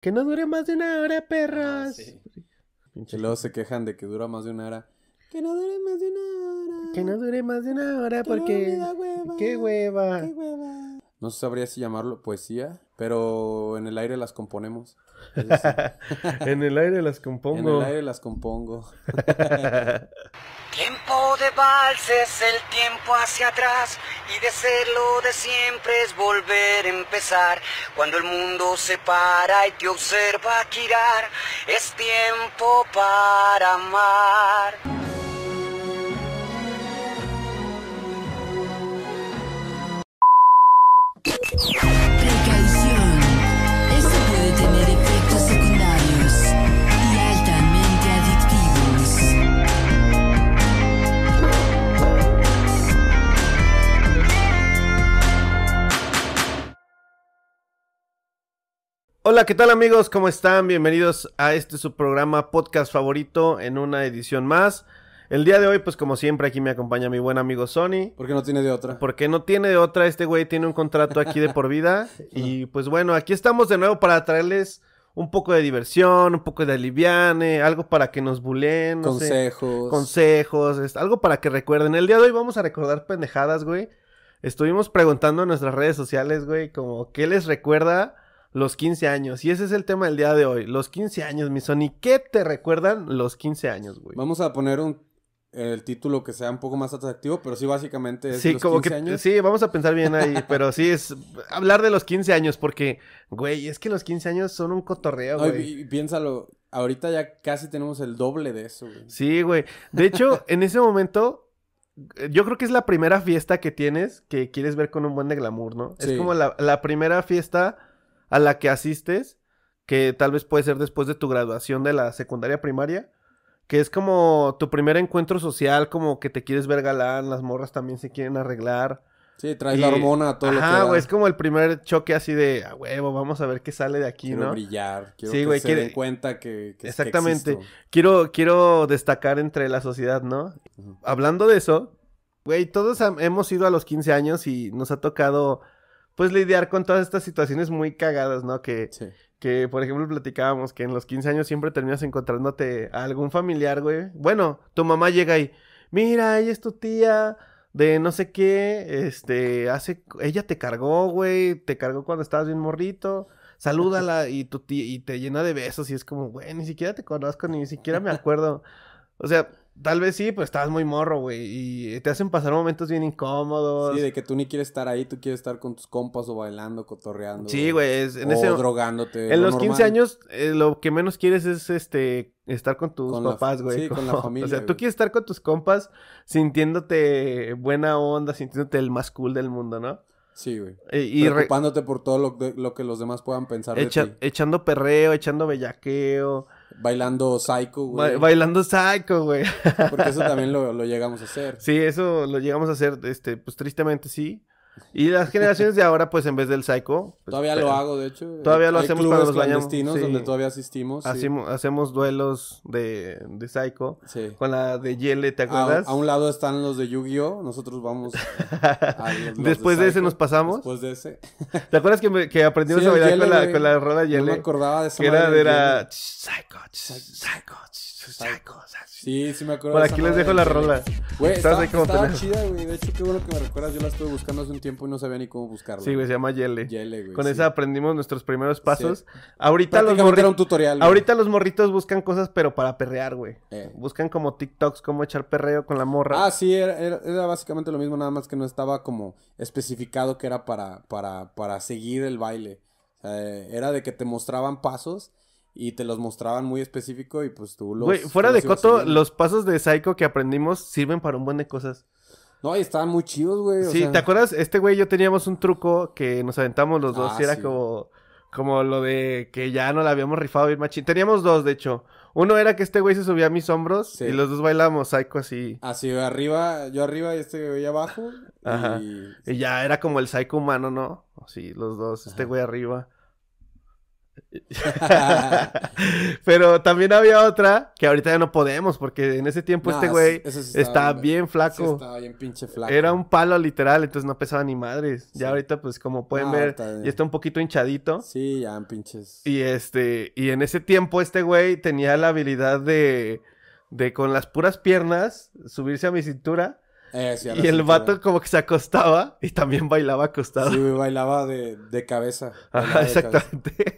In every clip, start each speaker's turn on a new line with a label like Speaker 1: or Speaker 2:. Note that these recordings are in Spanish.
Speaker 1: Que no dure más de una hora, perras. Pues
Speaker 2: Ah, sí.
Speaker 1: Pinche
Speaker 2: Y luego se quejan de que dura más de una hora. Que no dure más de una hora.
Speaker 1: Que no dure más de una hora
Speaker 2: Que no me
Speaker 1: porque...
Speaker 2: da hueva.
Speaker 1: ¡Qué hueva!
Speaker 2: Qué hueva. No sabría si llamarlo poesía, pero en el aire las componemos. Es decir,
Speaker 1: en el aire las
Speaker 2: en
Speaker 1: compongo.
Speaker 2: el aire las compongo.
Speaker 3: Tiempo de vals es el tiempo hacia atrás y de ser lo de siempre es volver a empezar. Cuando el mundo se para y te observa girar, es tiempo para amar.
Speaker 4: Precaución. Esto puede tener efectos secundarios y altamente adictivos.
Speaker 1: Hola, ¿qué tal amigos? ¿Cómo están? Bienvenidos a este su programa podcast favorito en una edición más. El día de hoy, pues como siempre, aquí me acompaña mi buen amigo Sony.
Speaker 2: Porque no tiene de otra.
Speaker 1: Porque no tiene de otra, este güey tiene un contrato aquí de por vida. Y pues bueno, aquí estamos de nuevo para traerles un poco de diversión, un poco de aliviane, algo para que nos buleen, no sé,
Speaker 2: Consejos.
Speaker 1: consejos, es- algo para que recuerden. El día de hoy vamos a recordar pendejadas, güey. Estuvimos preguntando en nuestras redes sociales, güey, como qué les recuerda los 15 años. Y ese es el tema del día de hoy, los 15 años, mi Sony. ¿Qué te recuerdan los 15 años, güey?
Speaker 2: Vamos a poner un el título que sea un poco más atractivo, pero sí básicamente es
Speaker 1: Sí,
Speaker 2: los
Speaker 1: como
Speaker 2: 15
Speaker 1: que
Speaker 2: años.
Speaker 1: sí, vamos a pensar bien ahí, pero sí es hablar de los 15 años porque güey, es que los 15 años son un cotorreo,
Speaker 2: No, y-
Speaker 1: güey.
Speaker 2: y piénsalo, ahorita ya casi tenemos el doble de eso, güey.
Speaker 1: Sí, güey. De hecho, en ese momento eh, yo creo que es la primera fiesta que tienes que quieres ver con un buen de glamour, ¿no? Es
Speaker 2: Sí.
Speaker 1: como la, la primera fiesta a la que asistes, que tal vez puede ser después de tu graduación de la secundaria primaria, que es como tu primer encuentro social, como que te quieres ver galán, las morras también se quieren arreglar.
Speaker 2: Sí, traes
Speaker 1: Y-
Speaker 2: la hormona a todo lo que
Speaker 1: Ajá,
Speaker 2: da.
Speaker 1: güey, es como el primer choque así de, a huevo, vamos a ver qué sale de aquí,
Speaker 2: Quiero
Speaker 1: ¿no?
Speaker 2: brillar, quiero
Speaker 1: Sí,
Speaker 2: que
Speaker 1: güey,
Speaker 2: se
Speaker 1: quiere-
Speaker 2: den cuenta que, que- que
Speaker 1: Exactamente.
Speaker 2: existo.
Speaker 1: Quiero, quiero destacar entre la sociedad, ¿no?
Speaker 2: Ujú.
Speaker 1: Hablando de eso, güey, todos ha- hemos ido a los 15 años y nos ha tocado, pues, lidiar con todas estas situaciones muy cagadas, ¿no? Que,
Speaker 2: Sí.
Speaker 1: que, por ejemplo, platicábamos que en los 15 años siempre terminas encontrándote a algún familiar, güey. Bueno, tu mamá llega y, mira, ella es tu tía de no sé qué, este, hace, ella te cargó, güey, te cargó cuando estabas bien morrito, salúdala y tu tía, y te llena de besos y es como, güey, ni siquiera te conozco, ni siquiera me acuerdo. O sea, tal vez sí, pero estabas muy morro, güey, y te hacen pasar momentos bien incómodos.
Speaker 2: Sí, de que tú ni quieres estar ahí, tú quieres estar con tus compas o bailando, cotorreando.
Speaker 1: Sí, güey, es- en
Speaker 2: o
Speaker 1: ese
Speaker 2: drogándote.
Speaker 1: En
Speaker 2: lo
Speaker 1: los 15
Speaker 2: normal.
Speaker 1: años, eh, lo que menos quieres es este estar con tus
Speaker 2: Con la
Speaker 1: papás,
Speaker 2: fa-
Speaker 1: güey.
Speaker 2: sí, con la familia,
Speaker 1: O sea, tú
Speaker 2: güey.
Speaker 1: quieres estar con tus compas sintiéndote buena onda, sintiéndote el más cool del mundo, ¿no?
Speaker 2: Sí, güey.
Speaker 1: Eh, Y,
Speaker 2: Y
Speaker 1: re-
Speaker 2: preocupándote por todo lo, de- lo que los demás puedan pensar
Speaker 1: echa-
Speaker 2: de ti.
Speaker 1: echando perreo, echando bellaqueo,
Speaker 2: Bailando psycho,
Speaker 1: ba-
Speaker 2: güey.
Speaker 1: bailando psycho, güey.
Speaker 2: Porque eso también lo, lo llegamos a hacer.
Speaker 1: Sí, eso lo llegamos a hacer, este, pues tristemente sí. Y las generaciones de ahora, pues en vez del psycho. pues,
Speaker 2: todavía
Speaker 1: pe-
Speaker 2: lo hago, de hecho.
Speaker 1: Todavía lo hacemos
Speaker 2: clubes
Speaker 1: cuando nos bañamos,
Speaker 2: clandestinos
Speaker 1: sí.
Speaker 2: donde todavía asistimos. sí.
Speaker 1: hacemos- hacemos duelos de, de psycho.
Speaker 2: Sí.
Speaker 1: Con la de Yele, ¿te
Speaker 2: A,
Speaker 1: acuerdas?
Speaker 2: a un lado están los de Yu-Gi-Oh! Nosotros vamos a los- los
Speaker 1: Después de ese
Speaker 2: Psycho.
Speaker 1: nos pasamos.
Speaker 2: Después de ese.
Speaker 1: ¿Te acuerdas que, me- que aprendimos
Speaker 2: Sí,
Speaker 1: a
Speaker 2: el
Speaker 1: bailar
Speaker 2: Yele,
Speaker 1: con, la,
Speaker 2: güey.
Speaker 1: con la rola
Speaker 2: Yo me
Speaker 1: Yele?
Speaker 2: acordaba de esa
Speaker 1: Que era,
Speaker 2: madre del
Speaker 1: era...
Speaker 2: Yele.
Speaker 1: ch, Psycho, ch, psycho, ch, psycho, psycho.
Speaker 2: Sí, sí me acuerdo
Speaker 1: Por
Speaker 2: de
Speaker 1: aquí
Speaker 2: esa
Speaker 1: les
Speaker 2: madre
Speaker 1: dejo
Speaker 2: del
Speaker 1: la
Speaker 2: Yele.
Speaker 1: rola.
Speaker 2: Güey,
Speaker 1: Estás
Speaker 2: estaba,
Speaker 1: ahí como
Speaker 2: estaba
Speaker 1: pendejo.
Speaker 2: chida, güey. De hecho, qué bueno que me recuerdas. Yo la estuve buscando hace un tiempo y no sabía ni cómo buscarla.
Speaker 1: Sí, güey, se llama Yele.
Speaker 2: Yele, güey.
Speaker 1: Con
Speaker 2: sí.
Speaker 1: esa aprendimos nuestros primeros pasos. Ahorita los,
Speaker 2: Prácticamente
Speaker 1: morri-
Speaker 2: era un tutorial. güey.
Speaker 1: Ahorita los morritos buscan cosas, pero para perrear, güey.
Speaker 2: Eh.
Speaker 1: Buscan como TikToks, cómo echar perreo con la morra.
Speaker 2: Ah, sí, era, era- era básicamente lo mismo, nada más que no estaba como especificado que era para, para, para seguir el baile. O sea, eh, era de que te mostraban pasos y te los mostraban muy específico y pues tú los...
Speaker 1: Güey, fuera
Speaker 2: tú
Speaker 1: de
Speaker 2: los ibas
Speaker 1: coto,
Speaker 2: siguiendo.
Speaker 1: los pasos de Psycho que aprendimos sirven para un buen de cosas.
Speaker 2: No, y estaban muy chidos, güey. o
Speaker 1: Sí,
Speaker 2: sea,
Speaker 1: ¿te acuerdas? Este güey y yo teníamos un truco que nos aventamos los dos
Speaker 2: Ah,
Speaker 1: y era
Speaker 2: sí.
Speaker 1: como, como lo de que ya no la habíamos rifado bien machín. Teníamos dos, de hecho. Uno era que este güey se subía a mis hombros
Speaker 2: Sí. Ah,
Speaker 1: y los dos bailábamos psycho así.
Speaker 2: Así arriba, yo arriba y este güey abajo. y-
Speaker 1: Ajá. Y ya era como el psycho humano, ¿no? Así, los dos, este
Speaker 2: Ajá.
Speaker 1: güey arriba. Pero también había otra que ahorita ya no podemos porque en ese tiempo
Speaker 2: No,
Speaker 1: este
Speaker 2: es-
Speaker 1: güey
Speaker 2: eso sí estaba
Speaker 1: está
Speaker 2: bien-
Speaker 1: bien
Speaker 2: Sí,
Speaker 1: flaco.
Speaker 2: estaba bien pinche flaco.
Speaker 1: Era un palo literal, entonces no pesaba ni madres.
Speaker 2: Sí.
Speaker 1: Ya ahorita pues como pueden
Speaker 2: No,
Speaker 1: ver
Speaker 2: está-
Speaker 1: y está un poquito hinchadito.
Speaker 2: Sí, ya, pinches.
Speaker 1: Y este, y en ese tiempo este güey tenía la habilidad de, de con las puras piernas subirse a mi cintura.
Speaker 2: Eh, sí, a la
Speaker 1: Y el
Speaker 2: cintura.
Speaker 1: vato como que se acostaba y también bailaba acostado.
Speaker 2: Sí, güey, bailaba de, de cabeza.
Speaker 1: Ajá,
Speaker 2: Bailaba de cabeza.
Speaker 1: exactamente.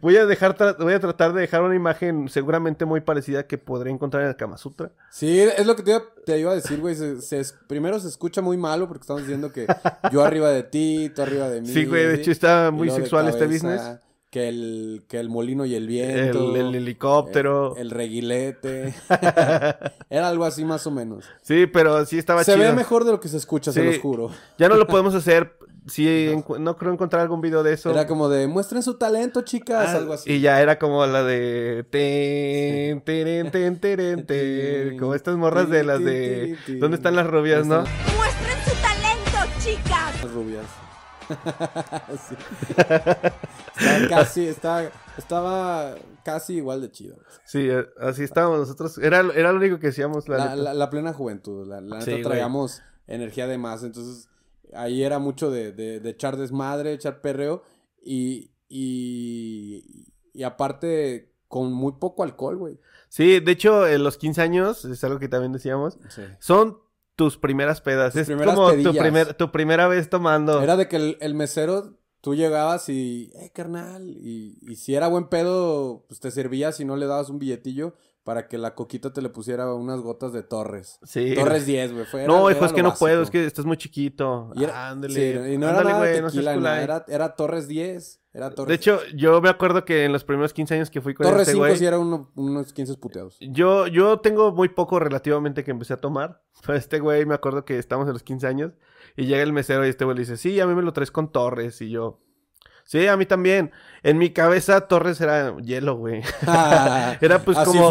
Speaker 1: Voy a dejar, tra- voy a tratar de dejar una imagen seguramente muy parecida que podré encontrar en el Kama Sutra.
Speaker 2: Sí, es lo que te iba, te iba a decir, güey. Se- se es- primero se escucha muy malo porque estamos diciendo que yo arriba de ti, tú arriba de mí.
Speaker 1: Sí, güey, de
Speaker 2: así.
Speaker 1: hecho está
Speaker 2: Y
Speaker 1: muy
Speaker 2: luego de
Speaker 1: sexual este
Speaker 2: cabeza,
Speaker 1: business.
Speaker 2: Que el, que el molino y el
Speaker 1: El,
Speaker 2: viento.
Speaker 1: el helicóptero.
Speaker 2: El, el reguilete. Era algo así más o menos.
Speaker 1: Sí, pero sí estaba
Speaker 2: se
Speaker 1: chido.
Speaker 2: ve mejor de lo que se escucha, se
Speaker 1: Sí.
Speaker 2: los juro.
Speaker 1: Ya no lo podemos hacer. Sí, encu- no creo encontrar algún video de eso.
Speaker 2: Era como de, muestren su talento, chicas,
Speaker 1: Ah,
Speaker 2: algo así.
Speaker 1: Y ya era como la de. ten, teren, ten, teren, ten, Como estas morras de las de. ¿Dónde están las rubias, no?
Speaker 5: Muestren su talento, chicas.
Speaker 2: Las rubias. Sí. Estaba casi, estaba, estaba casi igual de chido.
Speaker 1: Sí, eh, así estábamos nosotros. Era, era lo único que hacíamos. La,
Speaker 2: La,
Speaker 1: neta.
Speaker 2: la- la plena juventud, la, la
Speaker 1: Sí, güey.
Speaker 2: neta traíamos energía de más, entonces ahí era mucho de, de, de echar desmadre, echar perreo y, y, y aparte con muy poco alcohol, güey.
Speaker 1: Sí, de hecho, en los 15 años, es algo que también decíamos, son tus primeras pedas.
Speaker 2: Tus
Speaker 1: es
Speaker 2: primeras
Speaker 1: como tu,
Speaker 2: pedillas.
Speaker 1: primer, tu primera vez tomando.
Speaker 2: Era de que el, el mesero, tú llegabas y, eh, carnal, y, y si era buen pedo, pues te servías y no le dabas un billetillo para que la coquita te le pusiera unas gotas de Torres.
Speaker 1: Sí.
Speaker 2: Torres 10, güey. fue- era-
Speaker 1: no,
Speaker 2: era
Speaker 1: hijo, es
Speaker 2: lo
Speaker 1: que no
Speaker 2: básico.
Speaker 1: puedo, es que estás muy chiquito.
Speaker 2: Y era-
Speaker 1: ándale.
Speaker 2: sí, y no
Speaker 1: ándale,
Speaker 2: era nada
Speaker 1: güey,
Speaker 2: de
Speaker 1: no seas
Speaker 2: tequila, nada,
Speaker 1: culay.
Speaker 2: era, era Torres 10, era Torres
Speaker 1: De hecho, yo me acuerdo que en los primeros 15 años que fui con
Speaker 2: Torres
Speaker 1: este
Speaker 2: 5
Speaker 1: güey.
Speaker 2: sí era uno- unos 15 puteados.
Speaker 1: Yo, yo tengo muy poco relativamente que empecé a tomar. Pero este güey, me acuerdo que estamos en los 15 años. Y llega el mesero y este güey le dice, sí, a mí me lo traes con Torres. Y yo, sí, a mí también. En mi cabeza Torres era hielo, güey. Era pues
Speaker 2: Así
Speaker 1: como...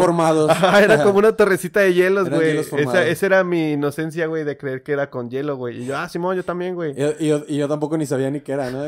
Speaker 2: formados.
Speaker 1: Ajá, era como una torrecita de hielos,
Speaker 2: Eran
Speaker 1: güey.
Speaker 2: hielos
Speaker 1: Esa-
Speaker 2: formados.
Speaker 1: esa era mi inocencia, güey, de creer que era con hielo, güey. Y yo, ah, Simón, yo también, güey.
Speaker 2: Y, y yo, y yo tampoco ni sabía ni qué era, ¿no?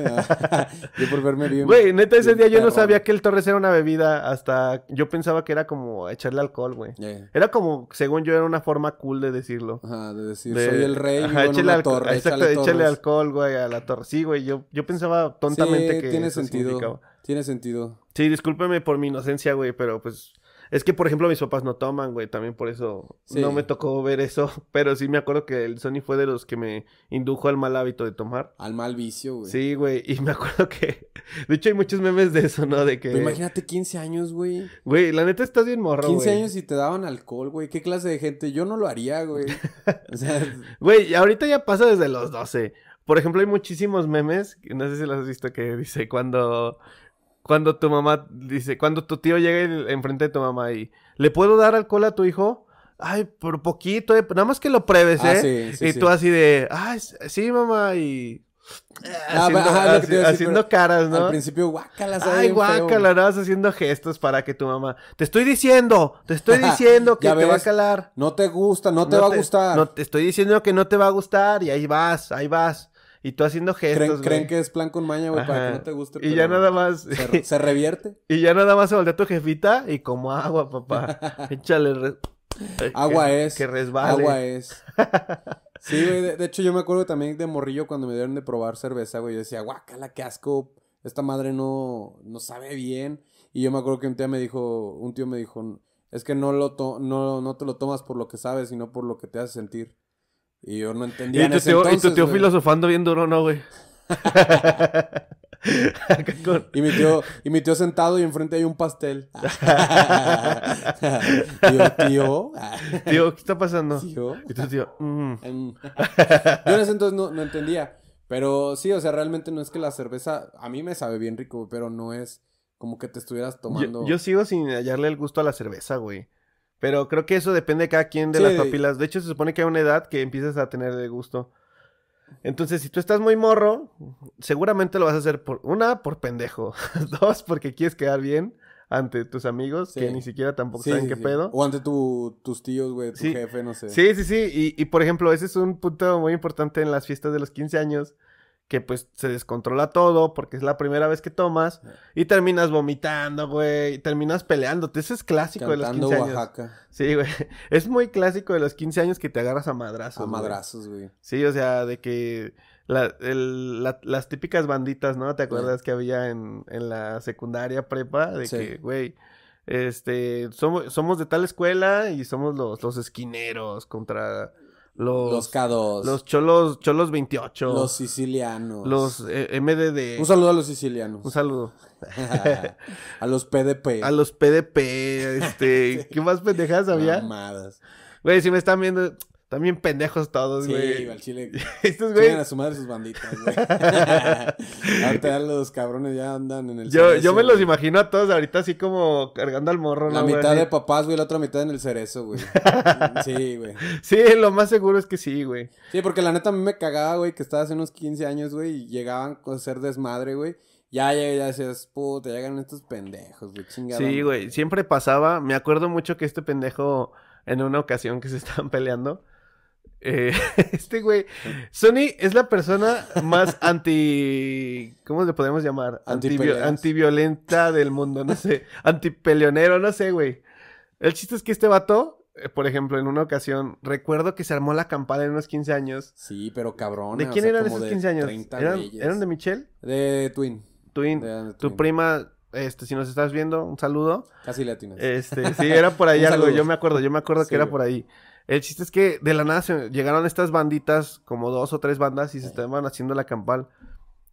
Speaker 2: yo por verme bien.
Speaker 1: Güey, neta, ese día
Speaker 2: bien
Speaker 1: yo no
Speaker 2: perro.
Speaker 1: sabía que el Torres era una bebida. Hasta yo pensaba que era como echarle alcohol, güey.
Speaker 2: Yeah.
Speaker 1: Era como, según yo, era una forma cool de decirlo.
Speaker 2: Ajá, de decir,
Speaker 1: De-
Speaker 2: soy el rey,
Speaker 1: Ajá,
Speaker 2: vivo en
Speaker 1: échale
Speaker 2: una
Speaker 1: alcohol-
Speaker 2: torre,
Speaker 1: Exacto,
Speaker 2: échale
Speaker 1: échale
Speaker 2: torres.
Speaker 1: alcohol, güey, a la torre. Sí, güey, yo, yo pensaba tontamente
Speaker 2: Sí,
Speaker 1: que
Speaker 2: tiene
Speaker 1: eso
Speaker 2: sentido.
Speaker 1: significaba.
Speaker 2: Tiene sentido.
Speaker 1: Sí, discúlpeme por mi inocencia, güey, pero pues... Es que, por ejemplo, mis papás no toman, güey, también por eso
Speaker 2: Sí.
Speaker 1: no me tocó ver eso. Pero sí me acuerdo que el Sony fue de los que me indujo al mal hábito de tomar.
Speaker 2: Al mal vicio, güey.
Speaker 1: Sí, güey, y me acuerdo que... De hecho, hay muchos memes de eso, ¿no? De
Speaker 2: Pero
Speaker 1: que...
Speaker 2: imagínate 15 años, güey.
Speaker 1: Güey, la neta estás bien morro,
Speaker 2: 15
Speaker 1: güey.
Speaker 2: años y te daban alcohol, güey. ¿Qué clase de gente? Yo no lo haría, güey. O sea,
Speaker 1: Güey, ahorita ya pasa desde los 12. Por ejemplo, hay muchísimos memes, que no sé si los has visto, que dice cuando, cuando tu mamá, dice, cuando tu tío llega en- enfrente de tu mamá y, ¿le puedo dar alcohol a tu hijo? Ay, por poquito, eh, nada más que lo pruebes, ¿eh?
Speaker 2: Ah, sí, sí,
Speaker 1: y
Speaker 2: sí.
Speaker 1: tú así de, ay, s- sí, mamá, y... eh,
Speaker 2: Ah,
Speaker 1: haciendo,
Speaker 2: ajá, es lo que te iba a decir,
Speaker 1: haciendo
Speaker 2: pero
Speaker 1: caras, ¿no?
Speaker 2: al principio, guácala, sabe
Speaker 1: Ay,
Speaker 2: bien feo, güey.
Speaker 1: guácala, nada más haciendo gestos para que tu mamá, te estoy diciendo, te estoy diciendo que
Speaker 2: Ya
Speaker 1: te va a
Speaker 2: ves,
Speaker 1: calar.
Speaker 2: No te gusta, no te va a gustar.
Speaker 1: No, te estoy diciendo que no te va a gustar y ahí vas, ahí vas. Y tú haciendo gestos,
Speaker 2: creen,
Speaker 1: güey.
Speaker 2: creen que es plan con maña, güey, para
Speaker 1: Ajá.
Speaker 2: que no te guste.
Speaker 1: Y ya
Speaker 2: pero
Speaker 1: nada más.
Speaker 2: Se, re- se revierte.
Speaker 1: y ya nada más se voltea tu jefita y como agua, papá. Échale. re-
Speaker 2: Agua
Speaker 1: que-
Speaker 2: es.
Speaker 1: Que resbale.
Speaker 2: Agua es. Sí, güey. De, de hecho, yo me acuerdo también de morrillo cuando me dieron de probar cerveza, güey. Yo decía, guácala, qué asco. Esta madre no, no sabe bien. Y yo me acuerdo que un tío me dijo, un tío me dijo, es que no, lo to- no, no te lo tomas por lo que sabes, sino por lo que te hace sentir. Y yo no
Speaker 1: Y,
Speaker 2: entendía en
Speaker 1: tu
Speaker 2: ese
Speaker 1: tío, y tu
Speaker 2: entonces,
Speaker 1: tío
Speaker 2: güey.
Speaker 1: filosofando bien duro, ¿no, güey? Acá con-
Speaker 2: Y mi tío, y mi tío sentado y enfrente hay un pastel. Y yo, tío.
Speaker 1: Tío, ¿qué está pasando?
Speaker 2: tío.
Speaker 1: Y tu tío, mm,
Speaker 2: Em, Yo en ese entonces no, no entendía. Pero sí, o sea, realmente no es que la cerveza. A mí me sabe bien rico, güey, pero no es como que te estuvieras tomando.
Speaker 1: yo, yo sigo sin hallarle el gusto a la cerveza, güey. Pero creo que eso depende de cada quien de
Speaker 2: Sí.
Speaker 1: las papilas. De hecho, se supone que hay una edad que empiezas a tener el gusto. Entonces, si tú estás muy morro, seguramente lo vas a hacer por una, por pendejo. Dos, porque quieres quedar bien ante tus amigos
Speaker 2: Sí.
Speaker 1: que ni siquiera tampoco
Speaker 2: Sí,
Speaker 1: saben
Speaker 2: sí,
Speaker 1: qué
Speaker 2: sí.
Speaker 1: pedo.
Speaker 2: O ante tu- tus tíos, güey, tu
Speaker 1: Sí.
Speaker 2: jefe, no sé.
Speaker 1: Sí, sí, sí. Y, y, por ejemplo, ese es un punto muy importante en las fiestas de los 15 años. que pues se descontrola todo porque es la primera vez que tomas y terminas vomitando, güey, y terminas peleándote. Ese es clásico
Speaker 2: Cantando
Speaker 1: de los 15 años.
Speaker 2: Oaxaca.
Speaker 1: Sí, güey. Es muy clásico de los 15 años que te agarras a madrazos.
Speaker 2: A
Speaker 1: güey.
Speaker 2: madrazos, güey.
Speaker 1: Sí, o sea, de que la- el- la- las típicas banditas, ¿no? ¿Te acuerdas que había en, en la secundaria prepa? De
Speaker 2: Sí.
Speaker 1: que, güey, este, somos, somos de tal escuela y somos los, los esquineros contra los,
Speaker 2: Los K2.
Speaker 1: los
Speaker 2: Los,
Speaker 1: cholos, cholos 28, los,
Speaker 2: sicilianos.
Speaker 1: eh, MDD.
Speaker 2: Un saludo a los sicilianos.
Speaker 1: Un saludo.
Speaker 2: a los PDP.
Speaker 1: A los PDP, este, ¿qué más pendejadas había?
Speaker 2: Mamadas.
Speaker 1: Güey, si me están viendo, también pendejos todos,
Speaker 2: Sí,
Speaker 1: güey.
Speaker 2: al chile.
Speaker 1: Estos güey
Speaker 2: Chingan a su madre sus banditas, güey. Ahorita ya los cabrones ya andan en el
Speaker 1: Yo,
Speaker 2: cerezo,
Speaker 1: yo me los
Speaker 2: güey.
Speaker 1: imagino a todos ahorita así como cargando al morro,
Speaker 2: La
Speaker 1: ¿no, güey?
Speaker 2: mitad
Speaker 1: Así.
Speaker 2: de papás, güey, la otra mitad en el cerezo, güey. Sí, güey.
Speaker 1: Sí, lo más seguro es que sí, güey.
Speaker 2: Sí, porque la neta a mí me cagaba, güey, que estaba hace unos 15 años, güey, y llegaban a ser desmadre, güey. Ya, ya, ya decías, puta, llegan estos pendejos, güey, chingada.
Speaker 1: Sí, güey. Siempre pasaba. Me acuerdo mucho que este pendejo, en una ocasión que se estaban peleando. eh, este güey. Sony es la persona más anti. ¿Cómo le podemos llamar? Antivio-
Speaker 2: Antipeleas.
Speaker 1: antiviolenta del mundo, no sé. Antipeleonero, no sé, güey. El chiste es que este vato, eh, por ejemplo, en una ocasión, recuerdo que se armó la campana en unos 15 años.
Speaker 2: Sí, pero cabrón.
Speaker 1: ¿De quién eran esos 15 años? ¿Eran, eran de Michelle?
Speaker 2: De Twin.
Speaker 1: Twin,
Speaker 2: Eran de
Speaker 1: tu
Speaker 2: Twin.
Speaker 1: prima, este, si nos estás viendo, un saludo.
Speaker 2: Casi latinas.
Speaker 1: Este, sí, era por ahí
Speaker 2: Un
Speaker 1: algo,
Speaker 2: saludo.
Speaker 1: yo me acuerdo, yo me acuerdo
Speaker 2: Sí,
Speaker 1: que era
Speaker 2: güey.
Speaker 1: por ahí. El chiste es que de la nada se- llegaron estas banditas, como dos o tres bandas, y se estaban haciendo la campal.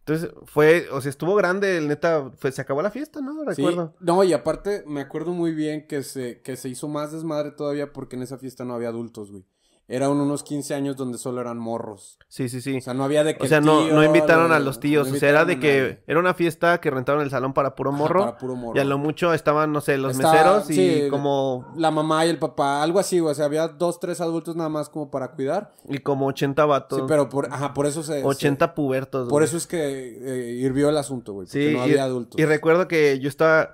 Speaker 1: Entonces, fue, o sea, estuvo grande, el neta, fue- se acabó la fiesta, ¿no?
Speaker 2: Sí,
Speaker 1: Recuerdo.
Speaker 2: No, y aparte me acuerdo muy bien que se, que se hizo más desmadre todavía porque en esa fiesta no había adultos, güey. Eran unos 15 años donde solo eran morros.
Speaker 1: Sí, sí, sí.
Speaker 2: O sea, no había de que
Speaker 1: O sea,
Speaker 2: el
Speaker 1: no,
Speaker 2: tío,
Speaker 1: no invitaron
Speaker 2: no,
Speaker 1: a los tíos,
Speaker 2: no
Speaker 1: o sea, era
Speaker 2: invitaron
Speaker 1: de
Speaker 2: a
Speaker 1: que
Speaker 2: nadie.
Speaker 1: era una fiesta que rentaron el salón para puro
Speaker 2: Ajá,
Speaker 1: morro.
Speaker 2: para puro morro.
Speaker 1: Y a lo mucho estaban, no sé, los
Speaker 2: Estaba-
Speaker 1: meseros y
Speaker 2: sí.
Speaker 1: como
Speaker 2: La mamá y el papá, algo así, güey. O sea, había dos, tres adultos nada más como para cuidar.
Speaker 1: Y como 80 vatos.
Speaker 2: Sí, pero por, ajá, por eso se... se-
Speaker 1: 80 pubertos.
Speaker 2: por
Speaker 1: güey.
Speaker 2: eso es que eh, hirvió el asunto, güey. Porque
Speaker 1: Sí,
Speaker 2: no
Speaker 1: y,
Speaker 2: había adultos.
Speaker 1: y recuerdo que yo estaba,